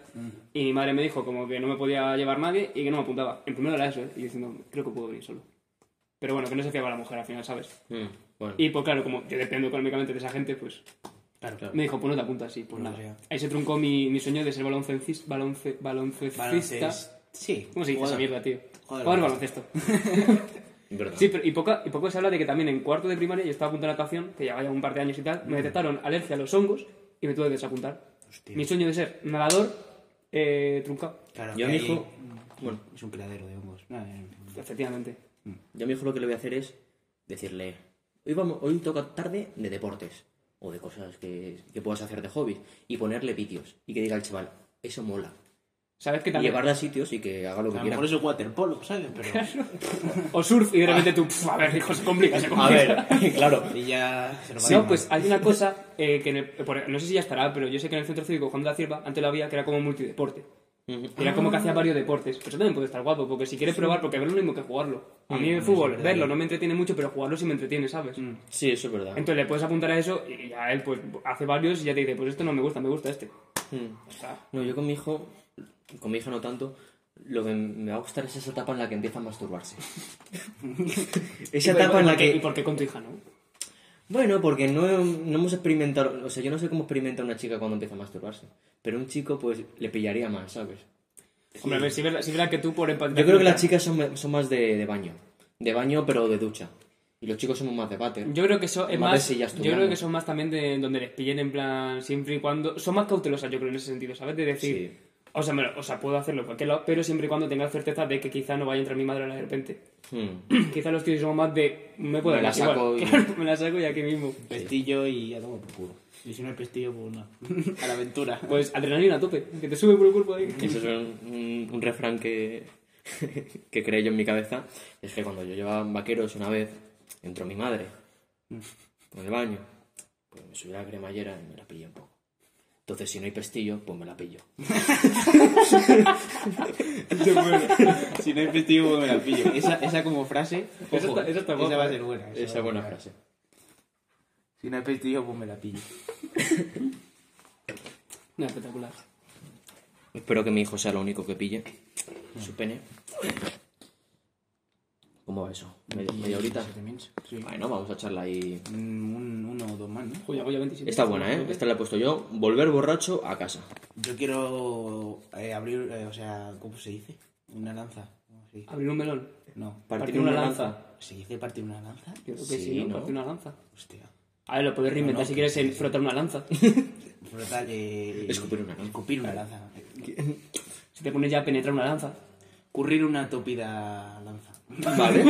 Speaker 2: y mi madre me dijo como que no me podía llevar nadie y que no me apuntaba. En primero era eso, ¿eh? Y yo diciendo, creo que puedo venir solo. Pero bueno, que no se fiaba la mujer al final, ¿sabes?
Speaker 1: Mm, bueno.
Speaker 2: Y pues claro, como yo dependo económicamente de esa gente, pues
Speaker 3: Claro,
Speaker 1: claro.
Speaker 2: me dijo, pues no te apuntas, sí, pues
Speaker 3: No,
Speaker 2: nada.
Speaker 3: ya.
Speaker 2: Ahí se truncó mi, mi sueño de ser baloncencista, balonce, baloncecista.
Speaker 3: Baloncesto. Sí.
Speaker 2: ¿Cómo se dice esa
Speaker 3: jugador.
Speaker 2: mierda, tío?
Speaker 3: Joder,
Speaker 2: Jugador
Speaker 3: baloncesto.
Speaker 2: baloncesto.
Speaker 1: Verdad.
Speaker 2: sí, pero y poco, y poco se habla de que también en cuarto de primaria yo estaba apuntando a natación, que llevaba ya un par de años y
Speaker 1: Mm.
Speaker 2: tal, me detectaron alergia a los hongos y me tuve que desapuntar.
Speaker 3: Hostia.
Speaker 2: Mi sueño de ser nadador eh, truncado.
Speaker 3: Claro,
Speaker 1: Yo a
Speaker 3: que
Speaker 1: mi
Speaker 3: ahí-
Speaker 1: hijo- bueno.
Speaker 3: Es un criadero de hongos. No, eh, no, no.
Speaker 2: Efectivamente.
Speaker 1: Yo a mi hijo lo que le voy a hacer es decirle, hoy, vamos, hoy toca tarde de deportes o de cosas que, que puedas hacer de hobbies y ponerle vídeos y que diga el chaval, eso mola.
Speaker 2: ¿Sabes qué
Speaker 1: Y
Speaker 2: también?
Speaker 1: llevarle a sitios y que haga lo
Speaker 3: A
Speaker 1: que
Speaker 3: lo
Speaker 1: quiera.
Speaker 3: mejor es un waterpolo, ¿sabes? Pero.
Speaker 2: O surf y de repente tú, "Pf, a ver, hijo, se complica, se complica.
Speaker 1: A ver, claro.
Speaker 3: Y ya se lo va a
Speaker 2: no,
Speaker 3: llamar.
Speaker 2: pues hay una cosa eh, que en el- por- no sé si ya estará, pero yo sé que en el centro cívico Juan de la Cierva antes lo había que era como multideporte. Que Era como que hacía varios deportes. Pues eso también puede estar guapo, porque si quieres probar, porque ver lo mismo que jugarlo. A
Speaker 1: Mm,
Speaker 2: mí el fútbol, verlo no me entretiene mucho, pero jugarlo sí me entretiene, ¿sabes?
Speaker 1: Sí, eso es verdad.
Speaker 2: Entonces le puedes apuntar a eso y ya él pues hace varios y ya te dice, pues esto no me gusta, me gusta este.
Speaker 1: Mm.
Speaker 2: O sea,
Speaker 1: No, yo con mi hijo, con mi hija no tanto, lo que me va a gustar es esa etapa en la que empieza a masturbarse. esa
Speaker 2: y por-
Speaker 1: etapa en
Speaker 2: y
Speaker 1: la
Speaker 2: porque-
Speaker 1: que...
Speaker 2: ¿Y por qué con tu hija, no?
Speaker 1: Bueno, porque no, no hemos experimentado, o sea, yo no sé cómo experimenta una chica cuando empieza a masturbarse, pero un chico pues le pillaría más, ¿sabes?
Speaker 2: Hombre, a ver, si verás que tú por empatía...
Speaker 1: Yo creo que las chicas son, son más de, de baño, de baño pero de ducha, y los chicos somos más de váter.
Speaker 2: Yo creo que eso es
Speaker 1: Madre,
Speaker 2: más.
Speaker 1: si ya
Speaker 2: yo
Speaker 1: estudiando.
Speaker 2: creo que son más también de donde les pillen en plan siempre y cuando. Son más cautelosas, yo creo, en ese sentido, ¿sabes? De decir.
Speaker 1: Sí.
Speaker 2: O sea, me lo- o sea, puedo hacerlo en cualquier lado, pero siempre y cuando tenga certeza de que quizá no vaya a entrar mi madre de repente.
Speaker 1: Hmm.
Speaker 2: quizá los tíos son más de. Me puedo
Speaker 1: Me la
Speaker 2: dar igual.
Speaker 1: saco y-
Speaker 2: Claro, me la saco y aquí mismo.
Speaker 3: Pestillo y ya tomo por culo. Y si no hay pestillo, pues no. a la aventura.
Speaker 2: Pues adrenalina a tope, que te sube por el cuerpo ahí.
Speaker 1: Eso es un, un- un refrán que, que creé yo en mi cabeza. Es que cuando yo llevaba vaqueros una vez, entró mi madre en el baño. Pues me subí a la cremallera y me la pillé un poco. Entonces, si no hay pestillo, pues me la pillo.
Speaker 3: Este si no hay pestillo, pues me la pillo. Esa, esa como frase.
Speaker 2: Esa está- esa está guapa,
Speaker 3: va a
Speaker 2: eh.
Speaker 3: ser buena.
Speaker 1: Esa
Speaker 3: va
Speaker 1: es
Speaker 3: a
Speaker 1: buena
Speaker 3: ser
Speaker 1: frase.
Speaker 3: Si no hay pestillo, pues me la pillo.
Speaker 2: No, espectacular.
Speaker 1: Espero que mi hijo sea lo único que pille. Su pene. ¿Cómo va eso? ¿Me- ¿Media horita?
Speaker 3: Siete mins, Sí.
Speaker 1: Bueno, vamos a echarla ahí.
Speaker 3: Mm, Un, uno o dos más, ¿no?
Speaker 2: Joya, Goya 27.
Speaker 1: Está buena, ¿eh? Esta la he puesto yo. Volver borracho a casa.
Speaker 3: Yo quiero eh, abrir, eh, o sea, ¿cómo se dice? Una lanza. ¿Cómo se dice?
Speaker 2: Abrir un melón.
Speaker 3: No.
Speaker 2: Partir una lanza.
Speaker 3: ¿Se dice partir una lanza?
Speaker 2: Yo creo que
Speaker 1: Sí,
Speaker 2: sí, ¿no?
Speaker 1: ¿no?
Speaker 2: Partir una lanza.
Speaker 3: Hostia.
Speaker 2: A ver, lo puedes reinventar
Speaker 3: No, no,
Speaker 2: si quieres en frotar una lanza.
Speaker 3: Frotar, eh,
Speaker 1: Escupir una lanza.
Speaker 3: Escupir una lanza.
Speaker 2: si te pones ya a penetrar una lanza.
Speaker 3: Currir una topida lanza.
Speaker 1: Vale.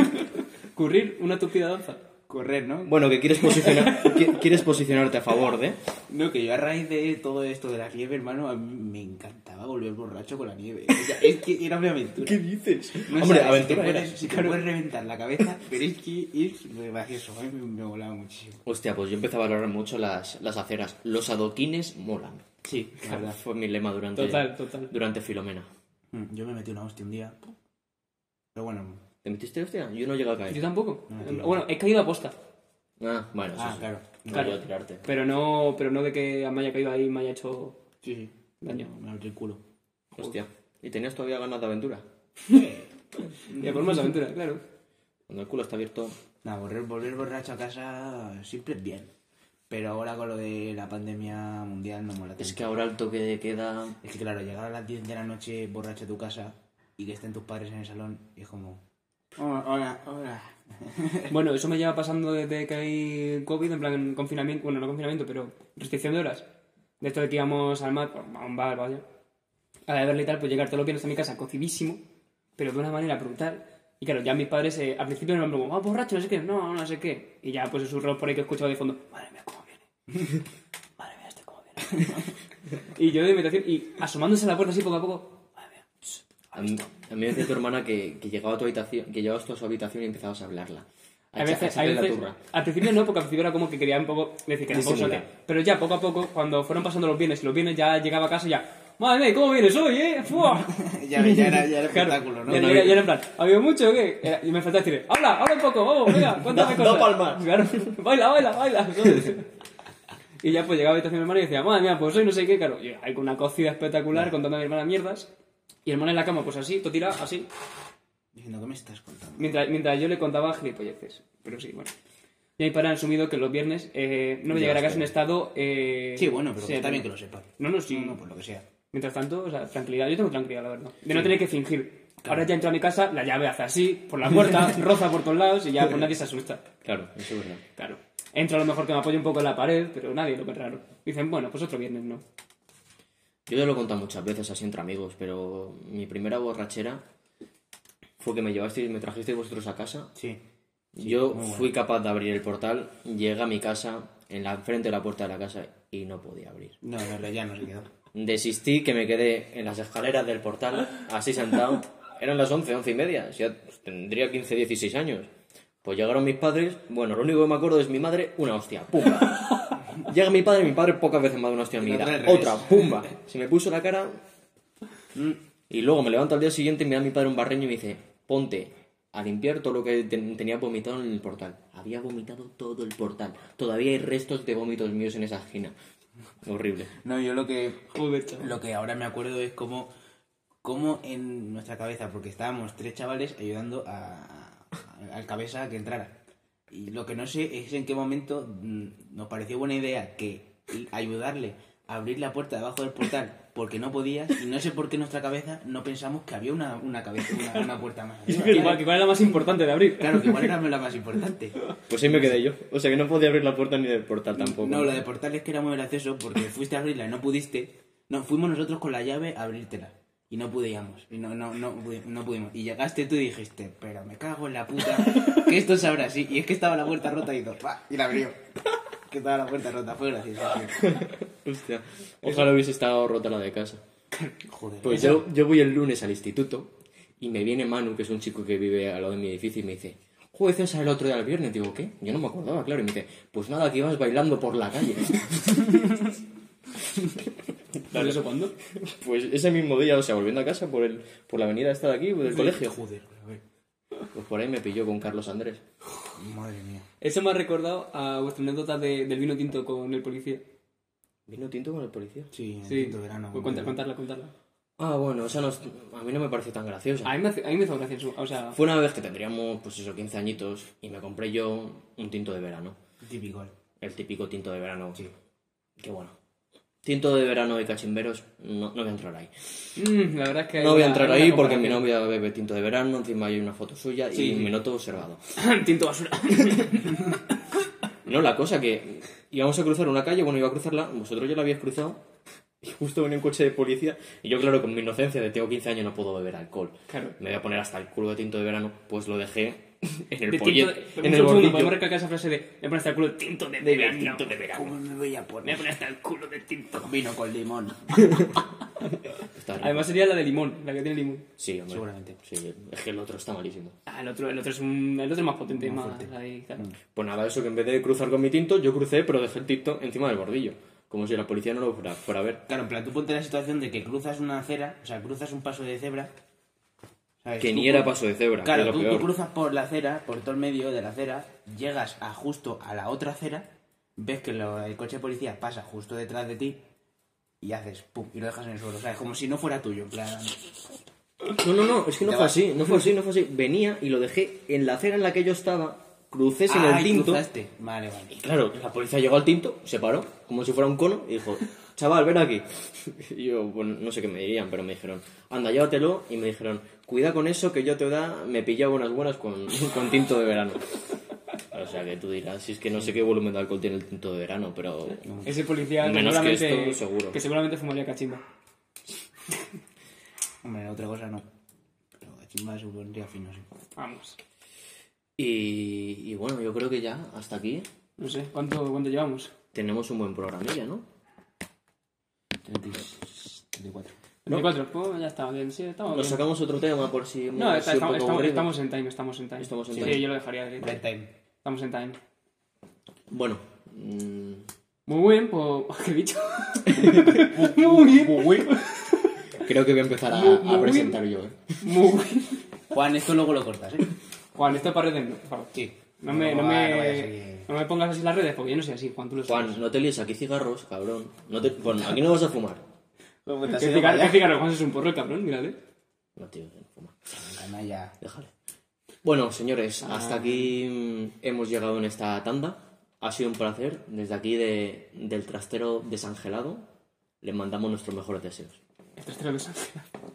Speaker 2: Currir una tupida danza.
Speaker 3: Correr, ¿no?
Speaker 1: Bueno, que quieres, posicionar, qui- quieres posicionarte a favor de.
Speaker 3: No, que yo a raíz de todo esto de la nieve, hermano, a mí me encantaba volver borracho con la nieve. O sea, es que era una aventura.
Speaker 1: dices?
Speaker 3: No
Speaker 1: Hombre,
Speaker 3: sabes,
Speaker 1: aventura
Speaker 3: te
Speaker 1: era.
Speaker 3: puedes, si te puedes reventar la cabeza, pero es que es rebajioso. A mí me, me volaba muchísimo.
Speaker 1: Hostia, pues yo empecé a valorar mucho las, las aceras. Los adoquines molan.
Speaker 3: Sí, la verdad.
Speaker 1: Fue mi lema durante,
Speaker 2: Total, total.
Speaker 1: durante Filomena.
Speaker 3: Mm, Yo me metí una hostia un día. Pero bueno.
Speaker 1: ¿Te metiste, hostia? Yo no llegué a
Speaker 2: Yo
Speaker 1: caer.
Speaker 2: tampoco. Em,
Speaker 3: No, tío.
Speaker 2: Bueno, he caído a posta.
Speaker 1: Ah, bueno, eso
Speaker 3: Ah,
Speaker 1: sí.
Speaker 3: claro.
Speaker 1: No
Speaker 2: Claro.
Speaker 1: voy a tirarte.
Speaker 2: Pero no, pero no de que me haya caído ahí y me haya hecho.
Speaker 3: Sí, sí.
Speaker 2: Daño.
Speaker 3: Me abrí el culo.
Speaker 1: Hostia. ¿Y tenías todavía ganas de aventura?
Speaker 2: Ya por más aventura, claro.
Speaker 1: Cuando el culo está abierto.
Speaker 3: Nada, volver, volver borracho a casa siempre es bien. Pero ahora con lo de la pandemia mundial no mola tanto.
Speaker 1: Es que ahora el toque de queda.
Speaker 3: Es que claro, llegar a las 10 de la noche borracho a tu casa y que estén tus padres en el salón es como... Hola, hola, hola.
Speaker 2: Bueno, eso me lleva pasando desde que hay COVID, en plan confinamiento. Bueno, no confinamiento, pero restricción de horas. De esto de que íbamos al mar, pues, a un bar, vaya. A la verle y tal, pues llegar todos los viernes a mi casa cocidísimo, pero de una manera brutal. Y claro, ya mis padres eh, al principio eran como, ah, borracho, no sé qué, no, no sé qué. Y ya pues esos rock por ahí que he escuchado de fondo, madre mía, cómo viene. Madre mía, este cómo viene. y yo de meditación, y asomándose a la puerta así poco a poco, madre mía, tss,
Speaker 1: A mí, a mí me decía tu hermana que, que llegaba a tu habitación, que llegabas tú a su habitación y empezabas a hablarla. A, echa-
Speaker 2: A
Speaker 1: a
Speaker 2: veces, a
Speaker 1: echarle la
Speaker 2: veces-
Speaker 1: turra.
Speaker 2: al principio no, porque al principio era como que quería un poco decir que pues era un poco
Speaker 1: Disimular.
Speaker 2: soque. Pero ya poco a poco, cuando fueron pasando los bienes y los bienes, ya llegaba a casa y ya, Madre mía, ¿cómo vienes hoy, eh? ¡Fua!
Speaker 3: ya, ya era, ya era
Speaker 2: Claro,
Speaker 3: espectáculo, ¿no?
Speaker 2: ya, ya, ya era en plan, ¿ha habido mucho o qué? Era- Y me faltaba decir, habla, habla un poco, vamos, venga,
Speaker 1: Da-
Speaker 2: cuéntame cosas.
Speaker 1: da palmas.
Speaker 2: Claro, baila, baila, baila. ¿sabes? y ya pues llegaba a la habitación de mi hermana y decía, madre mía, pues hoy no sé qué, claro. Y hay una cocida espectacular contando a mi hermana mierdas. Y el hermano en la cama, pues así, todo tira, así.
Speaker 3: Diciendo, ¿qué me estás contando?
Speaker 2: Mientras, mientras yo le contaba gilipolleces. Pero sí, bueno. Y ahí para han asumido que los viernes eh, no me
Speaker 1: Ya
Speaker 2: llegará casi
Speaker 1: está.
Speaker 2: un estado... Eh,
Speaker 3: Sí, bueno, pero
Speaker 2: sí,
Speaker 3: que está bien que lo sepa.
Speaker 2: No, no, sí.
Speaker 3: No, no, por lo que sea.
Speaker 2: Mientras tanto, o sea, tranquilidad. Yo tengo tranquilidad, la verdad. De no tener que fingir. Ahora ya entro a mi casa, la llave hace así, por la puerta, roza por todos lados y ya pues nadie se asusta.
Speaker 1: Claro, eso es verdad.
Speaker 2: Claro. Entro a lo mejor que me apoye un poco en la pared, pero nadie lo ve raro. Dicen, bueno, pues otro viernes, ¿no?
Speaker 1: Yo ya lo he contado muchas veces así entre amigos, pero mi primera borrachera fue que me llevasteis, me trajisteis vosotros a casa.
Speaker 3: Sí.
Speaker 1: Yo fui capaz de abrir el portal, llegué a mi casa, en la frente de la puerta de la casa, y no podía abrir.
Speaker 3: No, no, ya no se quedó.
Speaker 1: Desistí, que me quedé en las escaleras del portal, así sentado. Eran las 11, 11 y media. Yo tendría 15, 16 años. Pues llegaron mis padres. Bueno, lo único que me acuerdo es mi madre, una hostia. Pumba. Llega mi padre, mi padre pocas veces me ha dado una hostia en mi
Speaker 3: Y la otra
Speaker 1: vida.
Speaker 3: al revés.
Speaker 1: Otra, pumba. Se me puso la cara. mm, Y luego me levanto al día siguiente y me da mi padre un barreño y me dice: Ponte a limpiar todo lo que ten- tenía vomitado en el portal. Había vomitado todo el portal. Todavía hay restos de vómitos míos en esa esquina. Horrible.
Speaker 3: No, yo lo que
Speaker 2: Joder, chaval.
Speaker 3: Lo que ahora me acuerdo es cómo, cómo en nuestra cabeza, porque estábamos tres chavales ayudando a, a- al cabeza a que entrara. Y lo que no sé es en qué momento mm, nos pareció buena idea que i- ayudarle a abrir la puerta debajo del portal porque no podías y no sé por qué en nuestra cabeza no pensamos que había una, una cabeza, una, una puerta más.
Speaker 2: Es que igual, que igual es la más importante de abrir.
Speaker 3: Claro, que igual era la más importante.
Speaker 1: Pues ahí me quedé yo. O sea que no podía abrir la puerta ni del portal tampoco.
Speaker 3: No, lo de portal es que era muy gracioso porque fuiste a abrirla y no pudiste. No, fuimos nosotros con la llave a abrírtela. Y no pudíamos. Y no, no, no, pudi- no pudimos. Y llegaste tú y dijiste, pero me cago en la puta, que esto se abra así. Y es que estaba la puerta rota y dos, ¡pa! Y la abrió. Que estaba la puerta rota, fue gracioso. tío.
Speaker 1: Hostia. Ojalá hubiese estado rota la de casa.
Speaker 3: Joder.
Speaker 1: Pues yo, yo voy el lunes al instituto y me viene Manu, que es un chico que vive al lado de mi edificio, y me dice, joder, César, el otro día el viernes. Digo, ¿qué? Yo no me acordaba, claro. Y me dice, pues nada, que ibas bailando por la calle.
Speaker 2: ¿Pero eso cuándo?
Speaker 1: pues ese mismo día, o sea, volviendo a casa por, el, por la avenida esta de aquí, del colegio.
Speaker 3: Joder, a ver.
Speaker 1: Pues por ahí me pilló con Carlos Andrés.
Speaker 3: Madre mía.
Speaker 2: Eso me ha recordado a vuestra anécdota de- del vino tinto con el policía.
Speaker 1: ¿Vino tinto con el policía?
Speaker 3: Sí,
Speaker 2: Sí.
Speaker 3: en verano.
Speaker 2: Pues cuenta- contarla, contarla.
Speaker 1: Ah, bueno, esa no, es- a mí no me pareció tan graciosa.
Speaker 2: A mí me, hace- a mí me hizo gracia en su- O sea,
Speaker 1: Fue una vez que tendríamos, pues eso, 15 añitos y me compré yo un tinto de verano.
Speaker 3: Típico.
Speaker 1: El típico tinto de verano. Que bueno. Tinto de verano de cachimberos, no, no voy a entrar ahí.
Speaker 2: mm, la verdad es que...
Speaker 1: No voy a entrar ahí porque mi
Speaker 2: mi nombre...
Speaker 1: novia bebe tinto de verano, encima hay una foto suya y
Speaker 2: Sí.
Speaker 1: me noto observado.
Speaker 2: Tinto basura.
Speaker 1: No, la cosa que íbamos a cruzar una calle, bueno, iba a cruzarla, vosotros ya la habíais cruzado y justo venía un coche de policía y yo, claro, con mi inocencia de tengo 15 años no puedo beber alcohol.
Speaker 2: Claro.
Speaker 1: Me voy a poner hasta el culo de tinto de verano, pues lo dejé en el
Speaker 2: de tinto
Speaker 1: pollete, en
Speaker 2: de,
Speaker 1: el
Speaker 2: un segundo,
Speaker 1: bordillo.
Speaker 2: podemos recalcar esa frase de me pones hasta el culo de tinto de,
Speaker 1: De
Speaker 2: verano.
Speaker 1: tinto de verano.
Speaker 3: ¿Cómo me voy a
Speaker 2: Me
Speaker 3: poner?
Speaker 2: pones hasta el culo de tinto.
Speaker 3: Vino con limón.
Speaker 1: Está rico.
Speaker 2: Además sería la de limón, la que tiene limón.
Speaker 1: Sí, hombre.
Speaker 3: Seguramente.
Speaker 1: Sí, es que el otro está malísimo.
Speaker 2: Ah, el otro, el otro es un, el otro es más potente, más, ahí, claro.
Speaker 1: Pues nada, eso que en vez de cruzar con mi tinto, yo crucé, pero dejé el tinto encima del bordillo. Como si la policía no lo fuera, fuera a ver.
Speaker 3: Claro, en plan, tú ponte la situación de que cruzas una acera, o sea, cruzas un paso de cebra. ¿sabes?
Speaker 1: Que
Speaker 3: Tú
Speaker 1: ni
Speaker 3: cru-
Speaker 1: era paso de cebra, que
Speaker 3: Claro,
Speaker 1: es
Speaker 3: tú,
Speaker 1: lo
Speaker 3: tú
Speaker 1: peor.
Speaker 3: cruzas por la acera, por todo el medio de la acera, llegas a justo a la otra acera, ves que lo- el coche de policía pasa justo detrás de ti y haces pum, y lo dejas en el suelo, ¿sabes? Como si no fuera tuyo, en plan.
Speaker 1: No, no, no, es que no
Speaker 3: Te
Speaker 1: fue
Speaker 3: vas.
Speaker 1: así, no fue así, no fue así. Venía y lo dejé en la acera en la que yo estaba, crucé sin
Speaker 3: Ah,
Speaker 1: el
Speaker 3: y
Speaker 1: tinto.
Speaker 3: cruzaste. Vale, vale.
Speaker 1: Y claro, la policía llegó al tinto, se paró, como si fuera un cono, y dijo, chaval, ven aquí. Y yo, bueno, no sé qué me dirían, pero me dijeron, anda, llévatelo, y me dijeron, cuida con eso que yo te da, me pillaba unas buenas con, con tinto de verano. O sea que tú dirás, si es que no sé qué volumen de alcohol tiene el tinto de verano, pero
Speaker 2: Ese policía
Speaker 1: Menos que
Speaker 2: seguramente,
Speaker 1: esto, seguro.
Speaker 2: que seguramente fumaría cachimba.
Speaker 3: Hombre, otra cosa no. Pero la chimba se pondría fino, sí.
Speaker 2: Vamos.
Speaker 1: Y, y bueno, yo creo que ya, hasta aquí,
Speaker 2: No sé, ¿cuánto, cuánto llevamos?
Speaker 1: tenemos un buen programilla, ¿no?
Speaker 3: 34.
Speaker 1: No.
Speaker 2: 24, pues ya está bien, sí, estamos
Speaker 1: Nos
Speaker 2: bien.
Speaker 1: sacamos otro tema por si...
Speaker 2: No,
Speaker 1: si
Speaker 2: está-
Speaker 1: un
Speaker 2: estamos,
Speaker 1: poco
Speaker 2: estamos,
Speaker 1: aburrido.
Speaker 2: estamos en time, estamos en time.
Speaker 1: Estamos en
Speaker 2: sí,
Speaker 1: time.
Speaker 2: yo lo dejaría de
Speaker 3: Red time.
Speaker 2: Estamos en time.
Speaker 1: Bueno, mm,
Speaker 2: Muy bien, pues... ¿Qué he dicho? Muy bien.
Speaker 1: Creo que voy a empezar a,
Speaker 2: Muy-
Speaker 1: a
Speaker 2: muy bien.
Speaker 1: presentar yo. ¿eh?
Speaker 2: Muy...
Speaker 3: Juan, esto luego lo cortas, ¿eh?
Speaker 2: Juan, esto parece... No, por favor.
Speaker 3: Sí.
Speaker 2: No me, no,
Speaker 3: va-
Speaker 2: me,
Speaker 3: no vaya a seguir.
Speaker 2: no me pongas así las redes porque yo no soy así, Juan, tú lo sabes.
Speaker 1: Juan, no te líes aquí cigarros, cabrón. No te, bueno, aquí no vas a fumar.
Speaker 3: Luego te has
Speaker 2: ¿Qué
Speaker 3: ido para
Speaker 2: cigarro,
Speaker 3: allá.
Speaker 2: qué cigarro? Juan es un porro, cabrón, mírale.
Speaker 1: No, tío, no fuma.
Speaker 3: Canalla.
Speaker 1: Déjale. Bueno, señores, hasta aquí mm, hemos llegado en esta tanda. Ha sido un placer. Desde aquí de- del trastero desangelado, les mandamos nuestros mejores deseos.
Speaker 2: Esto es tremendo.